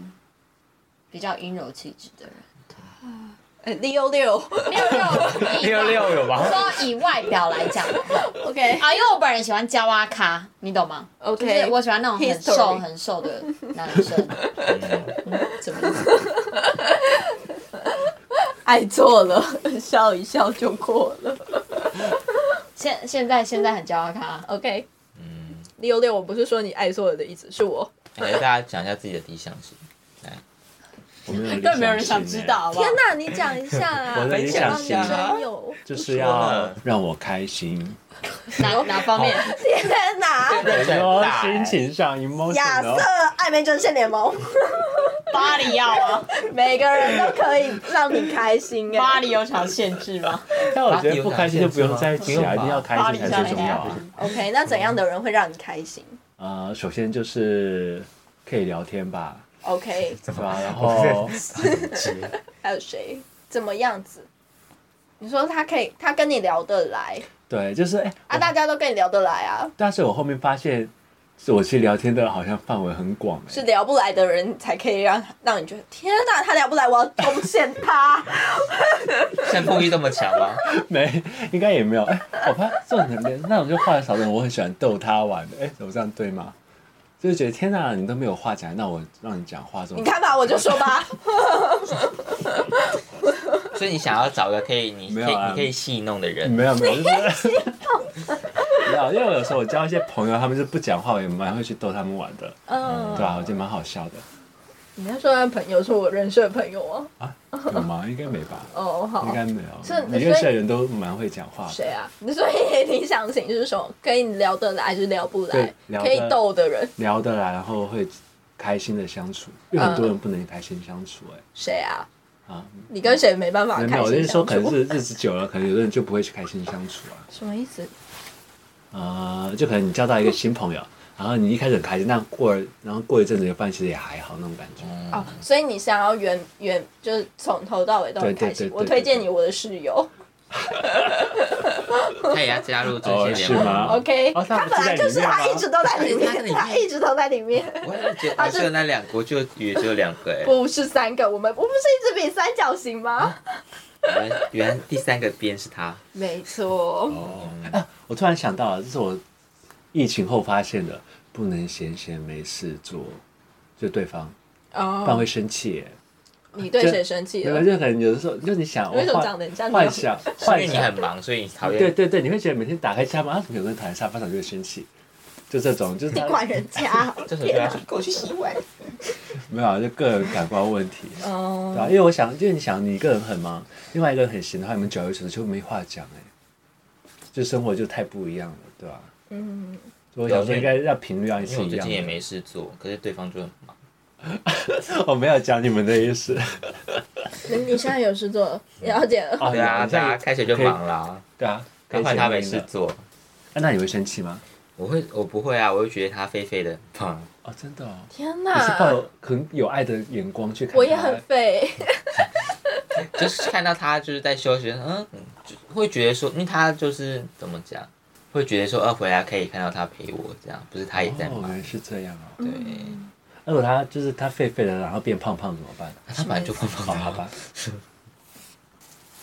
Speaker 4: 比较阴柔气质的人，
Speaker 5: 哎六六
Speaker 4: 六六以外
Speaker 3: 有吧？
Speaker 4: 说以外表来讲的话
Speaker 5: ，OK
Speaker 4: 啊，因为我本人喜欢娇阿咖，你懂吗？就是
Speaker 5: OK，
Speaker 4: 我喜欢那种很
Speaker 5: History
Speaker 4: 瘦很瘦的男生，嗯怎么了？
Speaker 5: 爱错 了，笑一笑就过了。
Speaker 4: 现现在现在很娇阿咖，
Speaker 5: OK，
Speaker 3: 嗯，
Speaker 5: 六六，我不是说你爱错了的意思，是我。
Speaker 3: 来大家讲一下自己的理想型。来，
Speaker 2: 我没有理
Speaker 4: 根本没有人
Speaker 2: 性
Speaker 4: 想
Speaker 2: 欸
Speaker 4: 知道，好不好
Speaker 5: 天？哪，你讲一下啊！
Speaker 2: 我的理想
Speaker 5: 女
Speaker 2: 型
Speaker 5: 朋友。
Speaker 2: 就是
Speaker 3: 不说
Speaker 2: 要
Speaker 3: 了
Speaker 2: 让我开心，
Speaker 4: 哪哪方面？
Speaker 5: 天 哪，
Speaker 3: 认
Speaker 2: 哎说心情上
Speaker 5: 亚
Speaker 2: emotional，
Speaker 5: 瑟爱美阵线联盟。
Speaker 4: 巴黎要啊，
Speaker 5: 每个人都可以让你开心哎、
Speaker 4: 巴黎有啥限制吗？
Speaker 2: 但我觉得不开心就不用在一起啊，
Speaker 3: 巴黎
Speaker 2: 一定
Speaker 3: 有哪些
Speaker 2: 要开心才最重要啊。
Speaker 5: OK，那怎样的人会让你开心
Speaker 2: 呃，首先就是可以聊天吧，
Speaker 5: ？OK，
Speaker 2: 对吧？然后
Speaker 5: 还有谁？怎么样子？你说他可以，他跟你聊得来
Speaker 2: 对，就是哎、
Speaker 5: 啊，大家都跟你聊得来啊，
Speaker 2: 但是我后面发现，是我其实聊天的好像范围很广哎、
Speaker 5: 是聊不来的人才可以让让你觉得天哪，他聊不来，我要攻陷 他。
Speaker 3: 现在碰遇这么强吗？
Speaker 2: 没，应该也没有。哎、我怕这种人那种就话少的人，我很喜欢逗他玩的。哎、我这样对吗？就是觉得天哪、你都没有话讲，那我让你讲话这
Speaker 5: 你
Speaker 2: 种。
Speaker 5: 看吧，我就说吧，
Speaker 3: 所以你想要找个可以你
Speaker 2: 没
Speaker 3: 可
Speaker 2: 有
Speaker 3: 以
Speaker 2: 啊嗯
Speaker 3: 你可以戏弄的人，
Speaker 2: 没有没有， 就是。 没有，因为有时候我交一些朋友，他们是不讲话，我也蛮会去逗他们玩的，
Speaker 5: 嗯，
Speaker 2: 对吧、啊我觉得蛮好笑 的
Speaker 5: 你要说的朋友是我认识的朋友吗？
Speaker 2: 啊，有吗？应该没吧？
Speaker 5: 哦，好
Speaker 2: 应，该没有。
Speaker 5: 是
Speaker 2: 你认识的人都蛮会讲话
Speaker 5: 谁
Speaker 2: 的。
Speaker 5: 啊？你所以理想型是什么？可以聊得来还是聊不来
Speaker 2: 对？聊得
Speaker 5: 可以逗的人
Speaker 2: 聊得来，然后会开心的相处，有
Speaker 5: 嗯
Speaker 2: 很多人不能开心相处、
Speaker 5: 谁啊？
Speaker 2: 哎、啊，
Speaker 5: 你跟谁没办法
Speaker 2: 没
Speaker 5: 啊开
Speaker 2: 有，我就
Speaker 5: 心
Speaker 2: 是说，
Speaker 5: 相
Speaker 2: 可能
Speaker 5: 处？
Speaker 2: 是日子久了，可能有的人就不会去开心相处啊。
Speaker 5: 什么意思？
Speaker 2: 呃，就可能你交到一个新朋友，然后你一开始很开心，但过了，然后过一阵子，发现其实也还好那种感觉。
Speaker 5: 哦，所以你想要原原就是从头到尾都很开
Speaker 2: 对对对
Speaker 5: 心。
Speaker 2: 对
Speaker 5: 我推荐你我的室友
Speaker 3: 他也要啊加入这
Speaker 2: 哦
Speaker 3: 些联
Speaker 2: 是
Speaker 3: 盟
Speaker 2: 吗
Speaker 5: ，OK，
Speaker 2: 哦
Speaker 5: 他
Speaker 2: 他不
Speaker 5: 本来
Speaker 2: 是
Speaker 5: 就
Speaker 2: 在里
Speaker 5: 是
Speaker 2: 面吗
Speaker 5: 他一直都在里
Speaker 3: 他在里
Speaker 5: 面，
Speaker 3: 面
Speaker 5: 他一直都在里面，
Speaker 3: 我也觉得只有那两国就也只有两个哎、
Speaker 5: 不是三个，我们我们不是一直比三角形吗？
Speaker 3: 哎原来原来第三个边是他，
Speaker 5: 没错，
Speaker 2: 哦、我突然想到啊了，这是我疫情后发现的，不能闲闲没事做，就对方，
Speaker 3: 嗯
Speaker 2: 不然
Speaker 5: 哦，
Speaker 2: 会生气耶。
Speaker 5: 你对谁生气
Speaker 2: 对吧？
Speaker 5: 了？
Speaker 2: 就可能有的时候，就你想，我
Speaker 5: 为什么
Speaker 2: 幻
Speaker 5: 长得很像你
Speaker 2: 幻想，
Speaker 3: 因
Speaker 2: 幻
Speaker 3: 为你
Speaker 2: 想
Speaker 3: 很忙，所以你讨
Speaker 2: 对
Speaker 3: 厌。
Speaker 2: 对对，你会觉得每天打开沙发，啊，怎么有人躺在沙发上就会生气？就这种，就是
Speaker 5: 你
Speaker 2: 他
Speaker 5: 管人家？
Speaker 3: 这首歌要给我去洗碗。
Speaker 2: 没有啊，就个人感官问题，啊对
Speaker 5: 哦，
Speaker 2: 吧、因为我想，因为你想，你一个人很忙，另外一个人很闲的话，你们久而久之就没话讲哎、就生活就太不一样了，对吧、
Speaker 5: 嗯，
Speaker 2: 所以我想说，应该让频率要
Speaker 3: 因
Speaker 2: 是
Speaker 3: 为我
Speaker 2: 一
Speaker 3: 最
Speaker 2: 样
Speaker 3: 近也
Speaker 2: 的。
Speaker 3: 没事做，可是对方就很忙。
Speaker 2: 我哦没有讲你们的意思
Speaker 5: 你嗯你现在有事做，了解了。
Speaker 2: 哦
Speaker 3: 对啊，
Speaker 2: 你们现在
Speaker 3: 大家开学就忙啦，
Speaker 2: 对啊，可
Speaker 3: 刚
Speaker 2: 以
Speaker 3: 换他
Speaker 2: 闲
Speaker 3: 没
Speaker 2: 一
Speaker 3: 事
Speaker 2: 点的
Speaker 3: 做。
Speaker 2: 啊那你会生气吗？
Speaker 3: 我会，我不会啊，我会觉得他废废的，棒，
Speaker 2: 哦，真的哦，
Speaker 5: 天
Speaker 2: 你是抱
Speaker 5: 哪，
Speaker 2: 有很有爱的眼光去看
Speaker 5: 我也
Speaker 2: 他
Speaker 5: 很废，
Speaker 3: 就是看到他就是在休息，嗯，就会觉得说，因为嗯他就是怎么讲，会觉得说，呃，回来可以看到他陪我这样，不是他也在
Speaker 2: 哦，
Speaker 3: 忙。
Speaker 2: 原来是这样哦。
Speaker 3: 对，嗯
Speaker 2: 那如果他就是他废废的，然后变胖胖怎么 办？
Speaker 3: 他本来就胖
Speaker 2: 好
Speaker 3: 胖
Speaker 2: 好
Speaker 3: 的啊，
Speaker 2: 吧，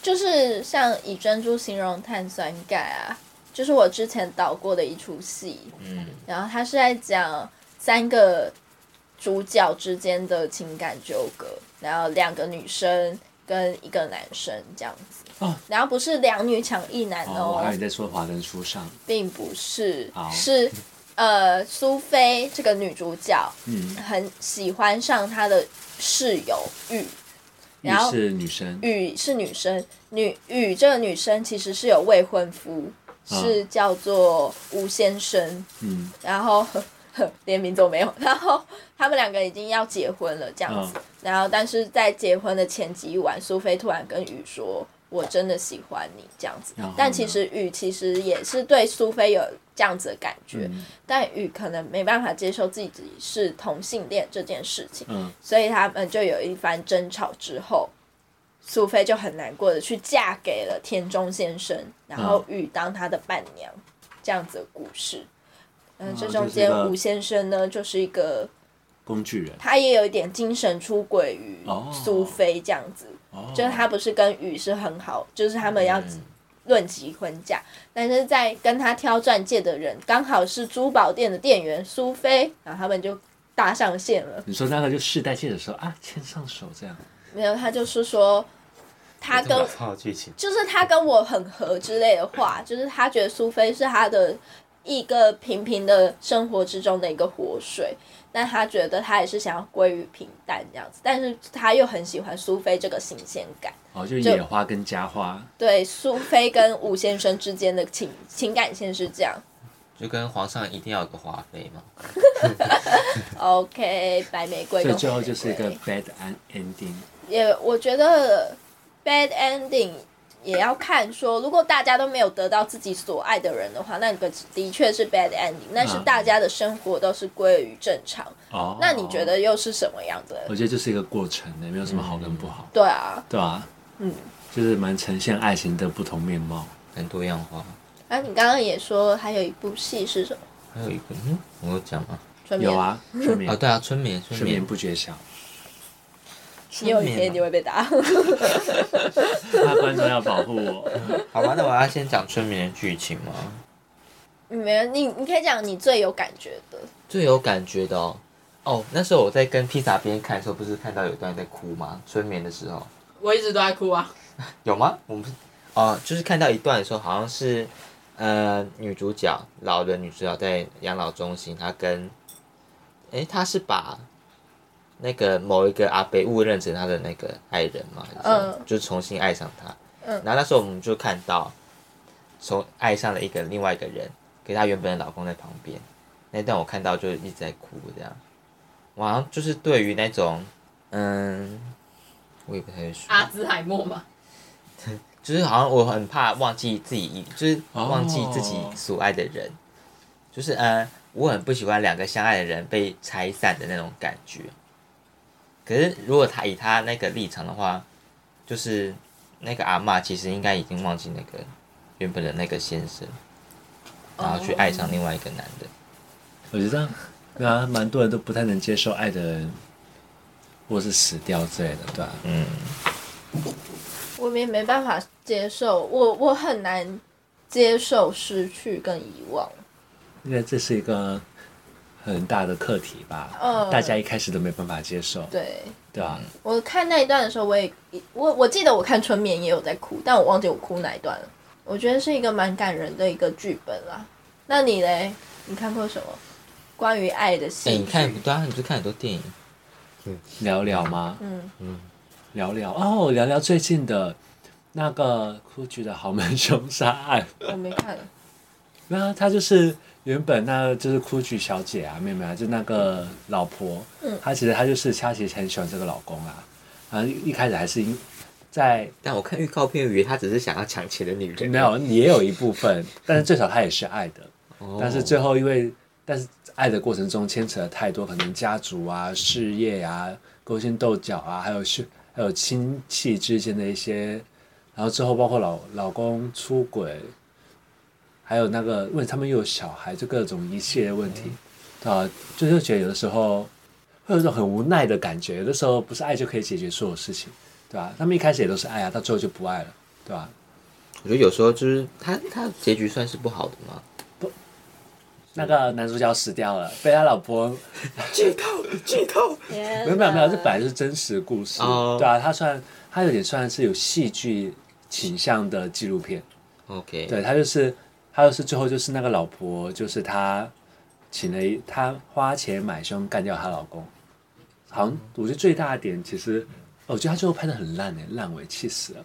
Speaker 5: 就是像以珍珠形容碳酸钙啊，就是我之前导过的一出戏，
Speaker 3: 嗯，
Speaker 5: 然后他是在讲三个主角之间的情感纠葛，然后两个女生跟一个男生这样子。
Speaker 2: 哦
Speaker 5: 然后不是两女抢一男
Speaker 2: 哦，我
Speaker 5: 哦
Speaker 2: 还以，为在说华灯初上，
Speaker 5: 并不是
Speaker 2: 好，
Speaker 5: 是呃苏菲这个女主角
Speaker 2: 嗯，
Speaker 5: 很喜欢上她的室友玉，
Speaker 2: 你
Speaker 5: 然后嗯
Speaker 2: 是女生，
Speaker 5: 雨是女生，女雨这个女生其实是有未婚夫，
Speaker 2: 嗯
Speaker 5: 是叫做吴先生，
Speaker 2: 嗯，
Speaker 5: 然后 呵呵连名字都没有， 然后他们两个已经要结婚了这样子，
Speaker 2: 嗯
Speaker 5: 然后但是在结婚的前几晚，苏菲突然跟雨说：“我真的喜欢你。”这样子
Speaker 2: 然后，
Speaker 5: 但
Speaker 2: 呢
Speaker 5: 其实雨其实也是对苏菲有这样子的感觉，
Speaker 2: 嗯
Speaker 5: 但雨可能没办法接受自己是同性恋这件事情，
Speaker 2: 嗯，
Speaker 5: 所以他们就有一番争吵之后，苏菲就很难过的去嫁给了田中先生，然后玉当她的伴娘，这样子的故事。嗯，这中间
Speaker 2: 啊就是一个
Speaker 5: 吴先生呢，就是一个
Speaker 2: 工具人，
Speaker 5: 他也有一点精神出轨于
Speaker 2: 哦
Speaker 5: 苏菲这样子，
Speaker 2: 哦，
Speaker 5: 就是他不是跟雨是很好，就是他们要
Speaker 3: 嗯
Speaker 5: 论及婚嫁，但是在跟他挑钻戒的人刚好是珠宝店的店员苏菲，然后他们就搭上线了。
Speaker 2: 你说那个就世代界的时候啊，牵上手这样，
Speaker 5: 没有，他就是说，他
Speaker 3: 这
Speaker 5: 跟
Speaker 3: 么好剧情，
Speaker 5: 就是他跟我很合之类的话， 就是他觉得苏菲是他的一个平平的生活之中的一个活水，但他觉得他也是想要归于平淡这样子，但是他又很喜欢苏菲这个新鲜感。
Speaker 2: 哦，就
Speaker 5: 就
Speaker 2: 野花跟家花，
Speaker 5: 对苏菲跟吴先生之间的情情感线是这样。
Speaker 3: 就跟皇上一定要有个华妃嘛，
Speaker 5: OK，白玫瑰跟
Speaker 2: 所以
Speaker 5: 红
Speaker 2: 最后
Speaker 5: 玫
Speaker 2: 就是一个
Speaker 5: 瑰
Speaker 2: bad an- ending。
Speaker 5: 也我觉得 bad ending 也要看说，如果大家都没有得到自己所爱的人的话，那个的确是 bad ending，但是
Speaker 2: 嗯
Speaker 5: 大家的生活都是归于正常。
Speaker 2: 哦，
Speaker 5: 那你觉？得又是什么样的？
Speaker 2: 我觉得就是一个过程的，没有什么好跟不好，
Speaker 5: 对啊，
Speaker 2: 对啊，
Speaker 5: 嗯，
Speaker 2: 就是蛮呈现爱情的不同面貌。
Speaker 3: 很多样化。
Speaker 5: 啊，你刚刚也说还有一部戏是什么？
Speaker 3: 还有一个，嗯，我有讲吗？
Speaker 5: 春眠
Speaker 2: 有，啊，春
Speaker 3: 啊，
Speaker 2: 眠，
Speaker 3: 对啊，春眠，春
Speaker 2: 春眠
Speaker 3: 眠，
Speaker 2: 不觉晓。
Speaker 5: 你有一天你会被打。
Speaker 2: 那观众要保护我。
Speaker 3: 好吧，那我要先讲春眠的剧情吗？
Speaker 5: 没有，你你可以讲你最有感觉的。
Speaker 3: 最有感觉的哦，哦，那时候我在跟披萨边看的时候，不是看到有一段在哭吗？春眠的时候
Speaker 4: 我一直都在哭啊。
Speaker 3: 有吗？我们不是哦，就是看到一段的时候，好像是呃女主角老的女主角在养老中心，她跟诶，她是把那个某一个阿伯误认成她的那个爱人嘛，
Speaker 5: 嗯
Speaker 3: 就是重新爱上他。
Speaker 5: 嗯
Speaker 3: 然后那时候我们就看到从爱上了一个另外一个人，可是她原本的老公在旁边。那段我看到就一直在哭，这样，我好像就是对于那种，嗯，我也不太会说，
Speaker 4: 阿兹海默嘛，
Speaker 3: 就是好像我很怕忘记自己，就是忘记自己所爱的人，就是呃，我很不喜欢两个相爱的人被拆散的那种感觉。可是如果他以他那个立场的话，就是那个阿嬷其实应该已经忘记那个原本的那个先生，然后去爱上另外一个男的。
Speaker 2: 我觉得这样，对啊，蛮多人都不太能接受爱的人，或是死掉之类的，对啊。
Speaker 3: 嗯，
Speaker 5: 我也没办法接受，我我很难接受失去跟遗忘。
Speaker 2: 因为这是一个很大的课题吧，
Speaker 5: 嗯
Speaker 2: 大家一开始都没办法接受，
Speaker 5: 对
Speaker 2: 对吧、
Speaker 5: 我看那一段的时候，我也我我记得我看春眠也有在哭，但我忘记我哭哪一段了。我觉得是一个蛮感人的一个剧本啦。那你嘞？你看过什么关于爱的
Speaker 3: 哎、
Speaker 5: 戏？
Speaker 3: 你看，对啊，你不是看很多电影，
Speaker 2: 聊聊吗？
Speaker 5: 嗯，
Speaker 2: 聊聊哦，聊聊最近的那个酷剧的豪门凶杀案。
Speaker 5: 我没看。
Speaker 2: 那她就是原本那就是哭剧小姐啊，妹妹啊，就那个老婆，
Speaker 5: 嗯
Speaker 2: 她其实她就是她其实很喜欢这个老公啊，然后一一开始还是因在
Speaker 3: 但我看预告片，以为她只是想要抢钱的女人，
Speaker 2: 没有也有一部分，但是最少她也是爱的，
Speaker 3: 哦，
Speaker 2: 但是最后因为但是爱的过程中牵扯了太多可能家族啊、事业啊、勾心斗角啊，还有是还有亲戚之间的一些，然后之后包括老老公出轨，还有那个问他们又有小孩，就各种一系列问题，啊，就是觉得有的时候会有一种很无奈的感觉，有的时候不是爱就可以解决所有事情，对吧、他们一开始也都是爱啊，到最后就不爱了，对吧、
Speaker 3: 我觉得有时候就是他他结局算是不好的嘛。
Speaker 2: 那个男主角死掉了，被他老婆
Speaker 3: 剧透，剧透。
Speaker 5: 没
Speaker 2: 没有没有没有，这本来就是真实故事，
Speaker 3: 哦
Speaker 2: 对啊，它算它有点算是有戏剧倾向的纪录片，
Speaker 3: OK，
Speaker 2: 对，它就是它就是最后就是那个老婆，就是她请了一她花钱买凶干掉她老公，好像我觉得最大的点其实，哦我觉得她最后拍的很烂哎、烂尾气死了，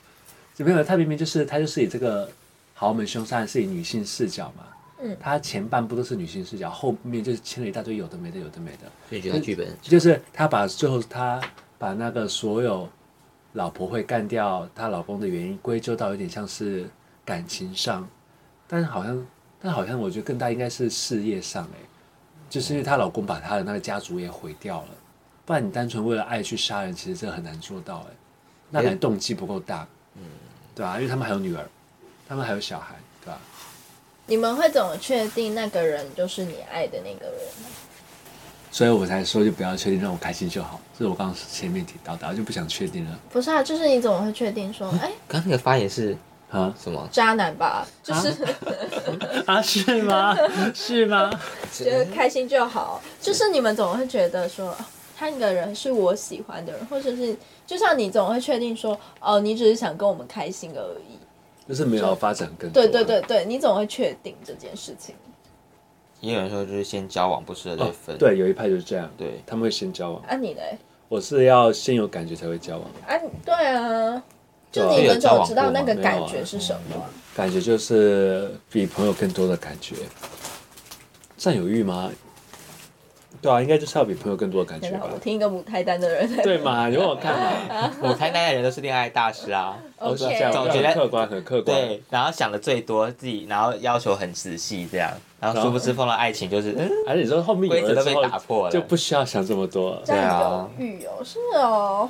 Speaker 2: 怎么样？她明明就是她就是以这个豪门凶杀案是以女性视角嘛，
Speaker 5: 嗯
Speaker 2: 她前半部都是女性视角，后面就是牵了一大堆有的没的有的没的。
Speaker 3: 所以你觉得他剧本
Speaker 2: 就是他把最后他把那个所有老婆会干掉她老公的原因归咎到有点像是感情上，但是好像但好像我觉得更大应该是事业上哎、就是因为她老公把她的那个家族也毁掉了，不然你单纯为了爱去杀人，其实这很难做到哎、那可能动机不够大，嗯，对吧、因为他们还有女儿，他们还有小孩，对吧、
Speaker 5: 你们会怎么确定那个人就是你爱的那个人？
Speaker 2: 所以我才说就不要确定，让我开心就好。这是我刚刚前面提到的，我就不想确定了
Speaker 5: 不是啊，就是你怎么会确定 说，哎、
Speaker 3: 刚刚那个发言是
Speaker 2: 啊。
Speaker 3: 什么？
Speaker 5: 渣男吧，就是、
Speaker 2: 啊，是吗？是吗？
Speaker 5: 觉得开心就好。就是你们总会觉得说，哦他那个人是我喜欢的人，或者是就像你总会确定说，哦，你只是想跟我们开心而已。
Speaker 2: 就是没有发展更多。
Speaker 5: 对对对，对，你总会确定这件事情。
Speaker 3: 也有人说就是先交往不适合再
Speaker 2: 哦
Speaker 3: 分。
Speaker 2: 对，有一派就是这样，
Speaker 3: 对
Speaker 2: 他们会先交往。
Speaker 5: 啊，你嘞？
Speaker 2: 我是要先有感觉才会交往，
Speaker 5: 啊，你对啊，就
Speaker 2: 对啊
Speaker 5: 你们
Speaker 3: 有交
Speaker 5: 总
Speaker 3: 往
Speaker 5: 知道
Speaker 3: 过吗
Speaker 5: 那个
Speaker 2: 没有
Speaker 5: 感
Speaker 2: 啊
Speaker 5: 觉是什么啊、
Speaker 2: 感觉就是比朋友更多的感觉。占有欲吗？对啊，应该就是要比朋友更多的感觉
Speaker 5: 天哪
Speaker 2: 吧
Speaker 5: 我？听一个母胎单的人在
Speaker 2: 啊对啊嘛？你问我看嘛？
Speaker 3: 我台南的人都是恋爱大师啊，
Speaker 2: 我是
Speaker 5: OK
Speaker 2: 这样，
Speaker 3: 总
Speaker 2: 我
Speaker 3: 觉得
Speaker 2: 很客观，很客观。
Speaker 3: 对，然后想的最多，自己然后要求很仔细这样，然后殊不知碰到爱情就是嗯，
Speaker 2: 而且你说后面
Speaker 3: 规
Speaker 2: 有
Speaker 3: 则
Speaker 2: 了
Speaker 3: 都
Speaker 2: 之
Speaker 3: 被
Speaker 2: 后
Speaker 3: 打破了，
Speaker 2: 就不需要想这么多了。
Speaker 5: 占
Speaker 3: 啊
Speaker 5: 有欲哦，是哦。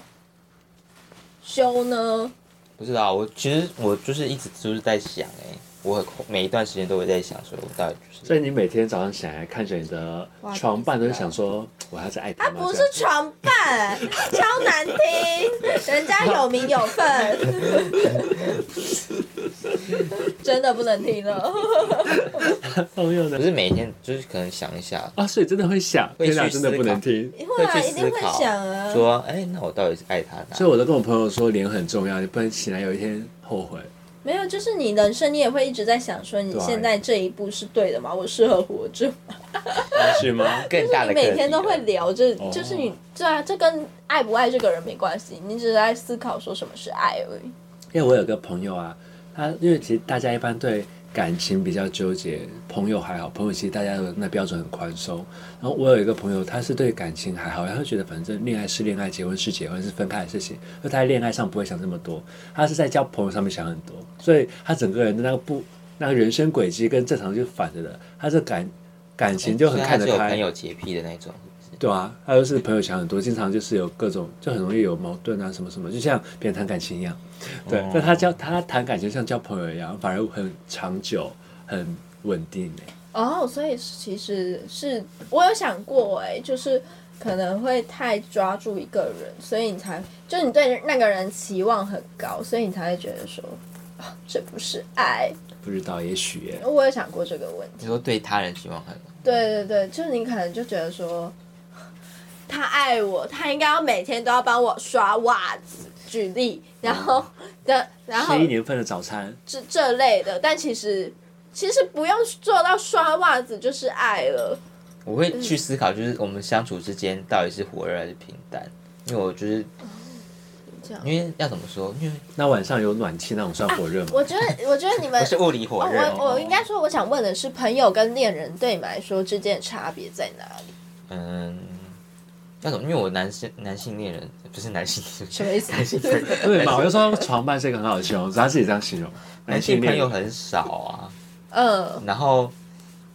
Speaker 5: 修呢？
Speaker 3: 不知道，我其实我就是一直就是在想哎、我很每一段时间都会在想说，我到底就是
Speaker 2: 所以你每天早上起来看着你的
Speaker 5: 哇
Speaker 2: 床伴，都会想说，我还要再爱他
Speaker 5: 它
Speaker 2: 吗？
Speaker 5: 啊不是
Speaker 2: 这样
Speaker 5: 床伴，超难听，人家有名有份，真的不能听了。
Speaker 2: 朋哦友呢
Speaker 3: 不？是每天就是可能想一下，
Speaker 2: 啊，所以真的会想，
Speaker 3: 会
Speaker 2: 天哪，
Speaker 3: 去
Speaker 2: 真的
Speaker 3: 思
Speaker 2: 不能
Speaker 3: 考
Speaker 2: 听。
Speaker 5: 会啊，
Speaker 3: 去
Speaker 5: 一定
Speaker 3: 思
Speaker 5: 会
Speaker 3: 考，
Speaker 5: 想啊。
Speaker 3: 说哎、那我到底是爱他哪？
Speaker 2: 所以我都跟我朋友说，脸很重要，你不然醒来有一天后悔。
Speaker 5: 没有，就是你人生，你也会一直在想说，你
Speaker 2: 对
Speaker 5: 现在这一步是对的吗？我适合活着吗？
Speaker 2: 是吗？
Speaker 3: 更大的啊
Speaker 5: 你
Speaker 3: 课题
Speaker 5: 每天都会聊这
Speaker 2: 哦，
Speaker 5: 就是你对啊，这跟爱不爱这个人没关系，你只是在思考说什么是爱而已。
Speaker 2: 因为我有个朋友啊，他因为其实大家一般对感情比较纠结，朋友还好，朋友其实大家的那标准很宽松。然后我有一个朋友，他是对感情还好，他会觉得反正恋爱是恋爱，结婚是结婚，是分开的事情。而他在恋爱上不会想这么多，他是在交朋友上面想很多，所以他整个人的那个不那个人生轨迹跟正常就反着的，他这感感情就很看得
Speaker 3: 哦所以他是有
Speaker 2: 开
Speaker 3: 朋。友洁癖的那种，是不是
Speaker 2: 对啊，他就是朋友想很多，经常就是有各种，就很容易有矛盾啊，什么什么，就像别人谈感情一样。对，
Speaker 3: 哦
Speaker 2: 但他交他谈感情像交朋友一样，反而很长久、很稳定欸
Speaker 5: 哦，所以其实是我有想过、哎，就是可能会太抓住一个人，所以你才就你对那个人期望很高，所以你才会觉得说啊，这不是爱。
Speaker 2: 不知道，也许欸耶
Speaker 5: 我有想过这个问题。
Speaker 3: 你说对他人希望很
Speaker 5: 对对对，就是你可能就觉得说，他爱我，他应该要每天都要帮我刷袜子，举例，然后的，然后
Speaker 2: 十一年份的早餐，
Speaker 5: 这这类的，但其实其实不用做到刷袜子就是爱了。
Speaker 3: 我
Speaker 5: 嗯
Speaker 3: 会去思考，就是我们相处之间到底是火热还是平淡，因为我就是
Speaker 5: 嗯这样
Speaker 3: 因为要怎么说，因为
Speaker 2: 那晚上有暖气那种算火热吗？
Speaker 5: 我觉得，我觉得你们
Speaker 3: 不，是物理
Speaker 5: 哦
Speaker 3: 火热、
Speaker 5: 我我应该说，我想问的是，朋友跟恋人对你们来说之间的差别在哪里？
Speaker 3: 嗯，那种因为我男性男性恋人不是男性恋人，
Speaker 5: 什么意思？
Speaker 2: 哦对嘛？我就说床伴是一个很好的形容词，他自己这样形容。
Speaker 3: 男性
Speaker 2: 恋
Speaker 3: 朋友很少啊。
Speaker 5: 嗯，
Speaker 3: 然后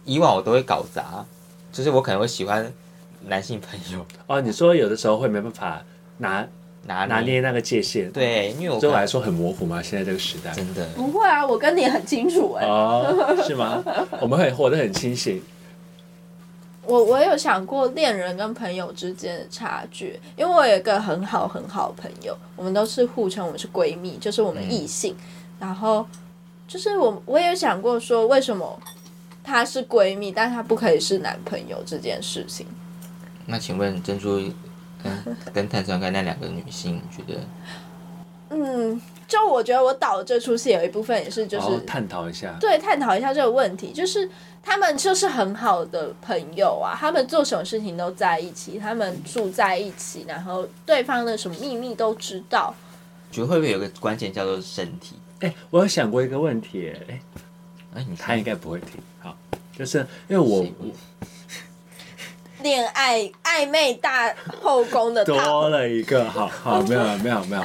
Speaker 3: 以往我都会搞砸，就是我可能会喜欢男性朋友
Speaker 2: 哦，你说有的时候会没办法拿
Speaker 3: 拿
Speaker 2: 拿捏那个界限，，
Speaker 3: 对，因为我
Speaker 2: 对我
Speaker 3: 可
Speaker 2: 来
Speaker 3: 能
Speaker 2: 说很模糊嘛，现在这个时代。
Speaker 3: 真的
Speaker 5: 不会啊，我跟你很清楚哎、
Speaker 2: 哦，是吗？我们会活得很清醒。
Speaker 5: 我我有想过恋人跟朋友之间的差距，因为我有一个很好很好的朋友，我们都是互称我们是闺蜜，就是我们异性。然后就是我我也有想过说，为什么她是闺蜜，但她不可以是男朋友这件事情。
Speaker 3: 那请问珍珠，嗯，跟碳酸钙那两个女性，你觉得
Speaker 5: 嗯，就我觉得我导这出戏有一部分也是就是、
Speaker 2: 然后探讨一下，
Speaker 5: 对，探讨一下这个问题，就是他们就是很好的朋友啊，他们做什么事情都在一起，他们住在一起，然后对方的什么秘密都知道。
Speaker 3: 觉得会不会有个关键叫做身体？
Speaker 2: 哎、我有想过一个问题耶，哎、
Speaker 3: 哎，你
Speaker 2: 他
Speaker 3: 看
Speaker 2: 应该不会听。好，就是因为我
Speaker 3: 谁不
Speaker 5: 恋爱暧昧大后宫 的套，
Speaker 2: 多了一个，好好，没有了没有没有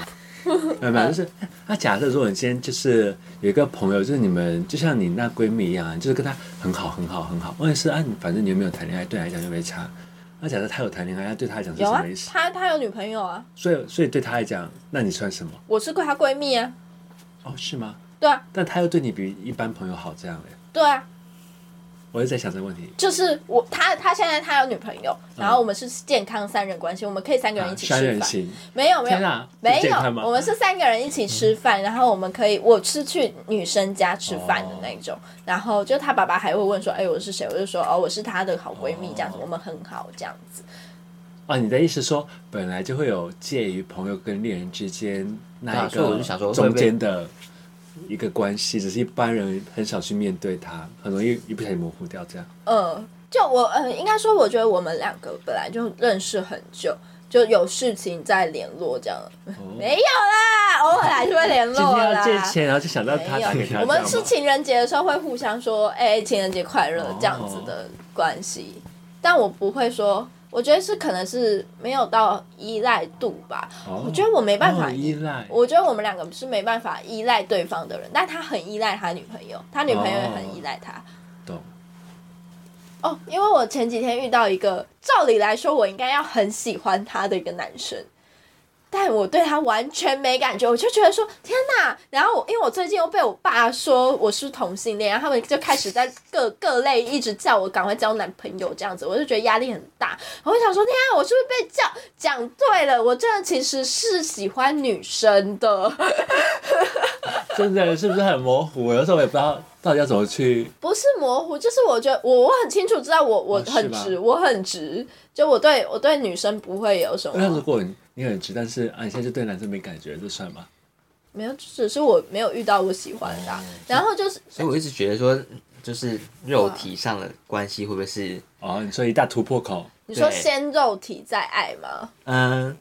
Speaker 2: 没有没有，就是那假设如果你今天就是有一个朋友，就是你们就像你那闺蜜一样啊，就是跟她很好很好很好，问题是啊，你反正你又没有谈恋爱，对她来讲就没差。那假设她有谈恋爱，那对她来讲是
Speaker 5: 有
Speaker 2: 什
Speaker 5: 啊
Speaker 2: 么意，思？
Speaker 5: 他他有女朋友啊，
Speaker 2: 所以所以对她来讲，那你算什么？
Speaker 5: 我是他闺蜜啊，
Speaker 2: 哦，是吗？
Speaker 5: 对啊，
Speaker 2: 但她又对你比一般朋友好，这样嘞，
Speaker 5: 对啊，
Speaker 2: 我就在想这个问题。
Speaker 5: 就是我他他现在他有女朋友，然后我们是健康三人关系，我们可以三个人一起
Speaker 2: 嗯啊三
Speaker 5: 吃
Speaker 2: 人
Speaker 5: 饭，
Speaker 2: 行，
Speaker 5: 没有没有
Speaker 2: 天。啊，
Speaker 5: 没
Speaker 2: 这
Speaker 5: 有
Speaker 2: 健康吗，嗯
Speaker 5: 我们是三个人一起吃饭，然后我们可以，我是去女生家吃饭的那
Speaker 2: 哦
Speaker 5: 种，然后就她爸爸还会问说，哎、我是谁？我就说，哦，我是她的好闺蜜，这样子，我们很好，这样子。
Speaker 2: 哦，你的意思说本来就会有介于朋友跟恋人之间那一
Speaker 3: 对啊所以
Speaker 2: 个，
Speaker 3: 我就想说会不会
Speaker 2: 中间的一个关系，只是一般人很少去面对它，很容易一不小心模糊掉这样。
Speaker 5: 嗯，就我，呃，应该说，我觉得我们两个本来就认识很久，就有事情再联络这样。
Speaker 2: 哦
Speaker 5: 没有啦，偶尔还是会联
Speaker 2: 今
Speaker 5: 络
Speaker 2: 天要
Speaker 5: 啦。
Speaker 2: 借钱，然后就想到他打给
Speaker 5: 没
Speaker 2: 他，
Speaker 5: 有，我们
Speaker 2: 这
Speaker 5: 是
Speaker 2: 样吗
Speaker 5: 情人节的时候会互相说，哎、情人节快乐
Speaker 2: 哦
Speaker 5: 这样子的关系。但我不会说，我觉得是可能是没有到依赖度吧。
Speaker 2: 哦
Speaker 5: 我觉得我没办法
Speaker 2: 哦依赖
Speaker 5: 我觉得我们两个是没办法依赖对方的人，但他很依赖他女朋友，他女朋友也很依赖他。
Speaker 2: 懂。
Speaker 5: 哦，因为我前几天遇到一个，照理来说我应该要很喜欢他的一个男生，但我对他完全没感觉，我就觉得说天哪！然后我因为我最近又被我爸说我是同性恋，然后他们就开始在各 各类一直叫我赶快交男朋友这样子，我就觉得压力很大。我就想说，天啊，我是不是被叫讲对了？我真的其实是喜欢女生的。
Speaker 2: 真的是不是很模糊？有时候我也不知道到底要怎么去。
Speaker 5: 不是模糊，就是我觉得我我很清楚知道我我
Speaker 2: 哦是
Speaker 5: 很
Speaker 2: 吧
Speaker 5: 直，我很直，就我对我对女生不会有什
Speaker 2: 那如
Speaker 5: 么，
Speaker 2: 果你你很直，但是啊，你现在就对男生没感觉，这算吗？
Speaker 5: 没有，只是我没有遇到我喜欢的啊、然后就是
Speaker 3: 所以我一直觉得说，就是肉体上的关系会不会是，
Speaker 2: 哦，你说一大突破口，
Speaker 5: 你说
Speaker 3: 对
Speaker 5: 先肉体再爱吗？
Speaker 3: 嗯、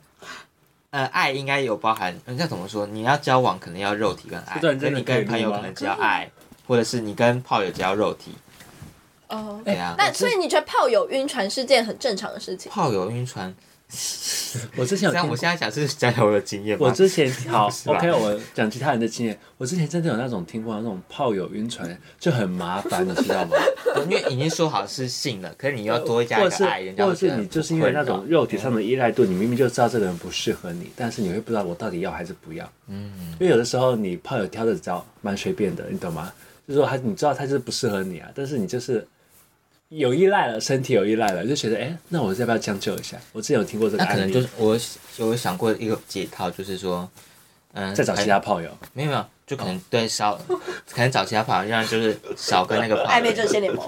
Speaker 3: 呃，爱应该有包含，嗯，要怎么说？你要交往可能要肉体跟爱，
Speaker 2: 这段
Speaker 3: 可
Speaker 2: 真
Speaker 3: 是
Speaker 2: 的
Speaker 3: 你
Speaker 2: 可以
Speaker 3: 跟朋友
Speaker 2: 录吗
Speaker 3: 可能只要爱，或者是你跟炮友只要肉体，
Speaker 5: 哦、
Speaker 3: 对啊。
Speaker 5: 那所以你觉得炮友晕船是件很正常的事情？
Speaker 3: 炮友晕船，
Speaker 2: 我之前有听
Speaker 3: 这样我
Speaker 2: 过
Speaker 3: 现在讲是讲我的经验吗？
Speaker 2: 我之 前好
Speaker 3: 啊是吧
Speaker 2: ，OK，我讲其他人的经验。我之前真的有那种听过那种炮友晕船，就很麻烦，你知道吗？
Speaker 3: 因为已经说好是性了，可是你 要多加一
Speaker 2: 或
Speaker 3: 个爱，
Speaker 2: 是
Speaker 3: 人家
Speaker 2: 或
Speaker 3: 会觉
Speaker 2: 是
Speaker 3: 得
Speaker 2: 你就是
Speaker 3: 很
Speaker 2: 因为
Speaker 3: 困
Speaker 2: 那
Speaker 3: 扰嗯
Speaker 2: 种肉体上的依赖度，你明明就知道这个人不适合你，但是你会不知道我到底要还是不要。
Speaker 3: 嗯，
Speaker 2: 因为有的时候你炮友挑的只要蛮随便的，你懂吗？就是说他你知道他就是不适合你啊，但是你就是有依赖了，身体有依赖了，就觉得哎、诶那我要不要将就一下？我之前有听过这个
Speaker 3: 那可
Speaker 2: 案
Speaker 3: 能
Speaker 2: 例，
Speaker 3: 就是我有想过一个解套，就是说，嗯，
Speaker 2: 再找其他炮友。
Speaker 3: 没有没有，就可能对少， 可能找其他朋友，让就是少跟那个朋友
Speaker 5: 暧昧阵线联盟，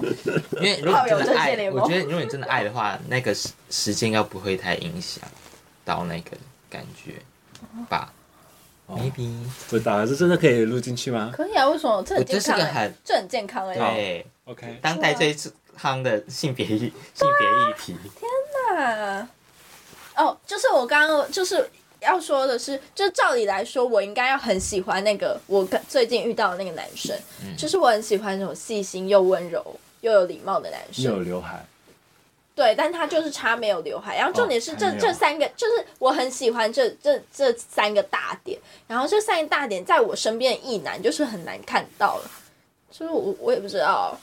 Speaker 3: 因为如果你
Speaker 5: 炮友
Speaker 3: 真的
Speaker 5: 阵线
Speaker 3: 爱，
Speaker 5: 联盟
Speaker 3: 我觉得如果你真的爱的话，那个时时间应该不会太影响到那个感觉吧、
Speaker 2: 哦
Speaker 3: m a y b e
Speaker 2: 不知道，这真的可以录进去吗
Speaker 5: 可以啊，为什么？这很
Speaker 3: 我觉得
Speaker 5: 健
Speaker 3: 是
Speaker 5: 康、
Speaker 3: 个
Speaker 5: 欸
Speaker 3: 很，
Speaker 5: 这很健康哎、啊欸。
Speaker 3: 对，
Speaker 2: ？OK，
Speaker 3: 当代最夯的性别议性别议题，
Speaker 5: 啊 哦，就是我刚刚就是要说的是，就照理来说，我应该要很喜欢那个我跟最近遇到的那个男生，
Speaker 3: 嗯
Speaker 5: 就是我很喜欢那种细心又温柔又有礼貌的男
Speaker 2: 你有
Speaker 5: 生。
Speaker 2: 刘海，
Speaker 5: 对，但他就是差没有刘海。然后重点是
Speaker 2: 哦
Speaker 5: 这、
Speaker 2: 还没有
Speaker 5: 这三个，就是我很喜欢这这这三个大点，然后这三个大点在我身边的异男就是很难看到了，就是我我也不知道。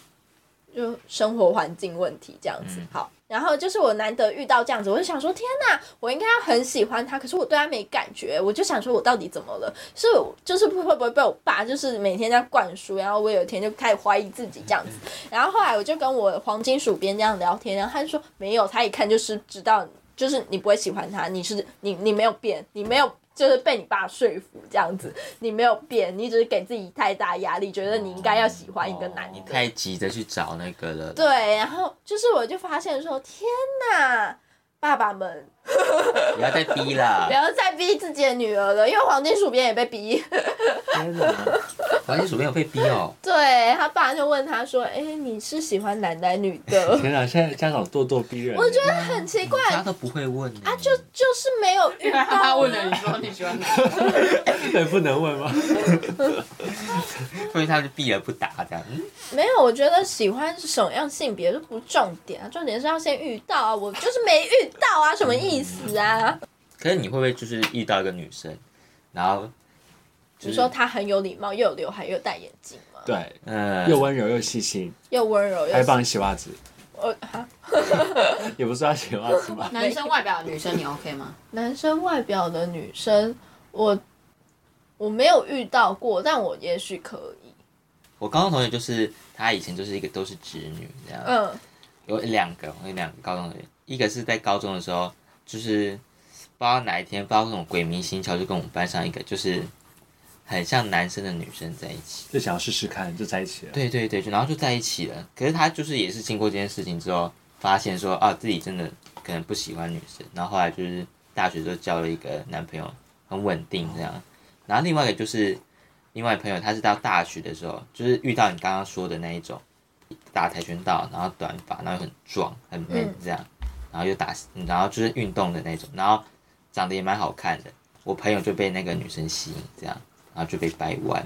Speaker 5: 就生活环境问题这样子
Speaker 3: 嗯。
Speaker 5: 好，然后就是我难得遇到这样子，我就想说，天哪，我应该要很喜欢他，可是我对他没感觉，我就想说我到底怎么了？是我就是会不会被我爸就是每天在灌输，然后我有一天就开始怀疑自己这样子。然后后来我就跟我黄金鼠边这样聊天，然后他就说没有，他一看就是知道，就是你不会喜欢他，你是你你没有变，你没有。就是被你爸说服这样子，你没有变，你只是给自己太大压力，觉得你应该要喜欢一个男的。
Speaker 3: 哦你太急着去找那个了。
Speaker 5: 对，啊然后就是我就发现说，天哪，爸爸们
Speaker 3: 不要再逼了
Speaker 5: 不。要再逼自己的女儿了，因为黄金鼠边也被逼。
Speaker 2: 天 哪！
Speaker 3: 黄金鼠没有被逼哦，
Speaker 5: 对他爸就问他说：“哎、你是喜欢男的还是女 的
Speaker 2: 天哪！现在家长咄咄逼人。
Speaker 5: 我觉得很奇怪，
Speaker 3: 他都不会问啊
Speaker 5: 啊，就就是没有
Speaker 4: 因
Speaker 5: 遇
Speaker 4: 为他 他
Speaker 5: 到啊
Speaker 4: 问了你说你喜欢哪个，
Speaker 2: 对不能问吗？
Speaker 3: 所以他就避而不答这样。嗯
Speaker 5: 没有，我觉得喜欢是什么样性别都不重点啊，重点是要先遇到啊，我就是没遇到啊，什么意思啊？
Speaker 3: 可是你会不会就是遇到一个女生，然后
Speaker 5: 你说他很有礼貌，又有刘海，又戴眼镜吗？
Speaker 2: 对，
Speaker 3: 嗯，
Speaker 2: 又温柔又细心，
Speaker 5: 又温柔又
Speaker 2: 还帮你洗袜子，
Speaker 5: 呃啊
Speaker 2: 也不是要洗袜子吧？
Speaker 4: 男生外表女生你 OK 吗？
Speaker 5: 男生外表的女生，我我没有遇到过，但我也许可以。
Speaker 3: 我高中同学就是她以前就是一个都是直女这样，
Speaker 5: 嗯，
Speaker 3: 有两个我有两个高中同学，一个是在高中的时候，就是不知道哪一天不知道那种鬼迷心窍，就跟我们班上一个就是很像男生的女生在一起。
Speaker 2: 就想要试试看，就在一起了。
Speaker 3: 对对对，就然后就在一起了。可是他就是也是经过这件事情之后，发现说啊自己真的可能不喜欢女生，然后后来就是大学就交了一个男朋友，很稳定这样。然后另外一个就是另外一个朋友，他是到大学的时候，就是遇到你刚刚说的那一种，打跆拳道，然后短发，然后又很壮很 man
Speaker 5: 嗯
Speaker 3: 这样，然后又打，嗯然后就是运动的那种，然后长得也蛮好看的。我朋友就被那个女生吸引，这样，然后就被掰弯，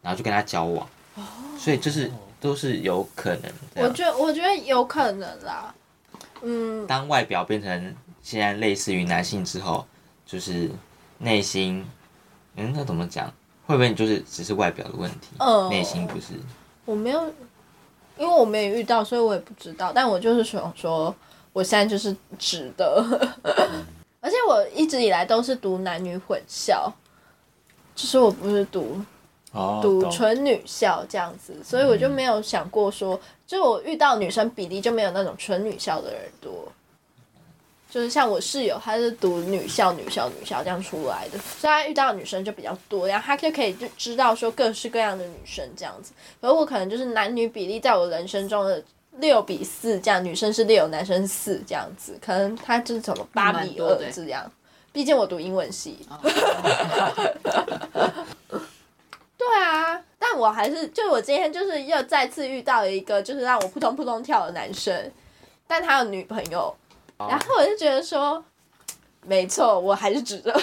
Speaker 3: 然后就跟他交往。
Speaker 5: 哦
Speaker 3: 所以就是都是有可能这
Speaker 5: 我
Speaker 3: 样。
Speaker 5: 觉得我觉得有可能啦。嗯，
Speaker 3: 当外表变成现在类似于男性之后，就是内心，嗯，那怎么讲？会不会就是只是外表的问题
Speaker 5: 哦
Speaker 3: 内心不是？
Speaker 5: 我没有，因为我没有遇到，所以我也不知道。但我就是想说，我现在就是直的，
Speaker 3: 嗯
Speaker 5: 而且我一直以来都是读男女混校，就是我不是读
Speaker 2: 哦，
Speaker 5: 读
Speaker 2: 懂嗯
Speaker 5: 纯女校这样子，所以我就没有想过说，就我遇到女生比例就没有那种纯女校的人多。就是像我室友，她是读女校、女校、女校这样出来的，所以她遇到的女生就比较多，然后她就可以就知道说各式各样的女生这样子。而我可能就是男女比例在我人生中的六比四这样，女生是六，男生四这样子，可能她就是什么八
Speaker 4: 蛮
Speaker 5: 比
Speaker 4: 多的
Speaker 5: 二这样。毕竟我读英文系，对啊，但我还是就我今天就是又再次遇到了一个就是让我扑通扑通跳的男生，但他有女朋友，然后我就觉得说，没错，我还是指着，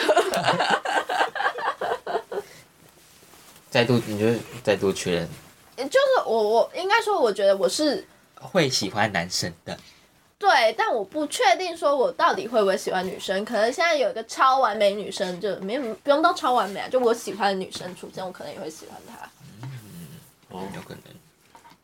Speaker 3: 再度你就再度确认
Speaker 5: 就是我我应该说，我觉得我是
Speaker 3: 会喜欢男生的，
Speaker 5: 对，但我不确定说我到底会不会喜欢女生，可能现在有一个超完美女生，就没有不用到超完美啊，就我喜欢的女生出现，我可能也会喜欢她。
Speaker 2: 哦
Speaker 3: 有可能。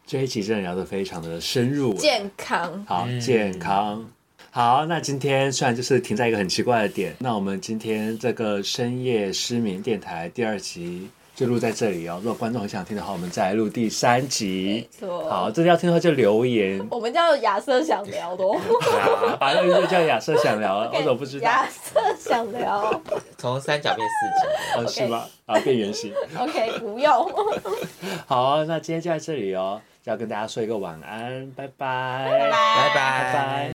Speaker 2: 这一集真的聊得非常的深入，啊
Speaker 5: 健康，
Speaker 2: 好
Speaker 3: 嗯
Speaker 2: 健康。好，那今天虽然就是停在一个很奇怪的点，那我们今天这个深夜失眠电台第二集就录在这里哦。如果观众很想听的话，我们再来录第三集。
Speaker 5: 错
Speaker 2: 好，这要听的话就留言。
Speaker 5: 我们叫亚瑟想聊 的哦，
Speaker 2: 把那个就叫亚瑟想聊啊了，我怎么不知道
Speaker 5: 亚？瑟想聊。
Speaker 3: 从三角变 四角。
Speaker 2: 哦，是吗？啊，变原形。
Speaker 5: OK，不用，
Speaker 2: 好，那今天就在这里哦，要跟大家说一个晚安，拜拜，
Speaker 3: 拜
Speaker 2: 拜
Speaker 3: 拜
Speaker 2: 拜。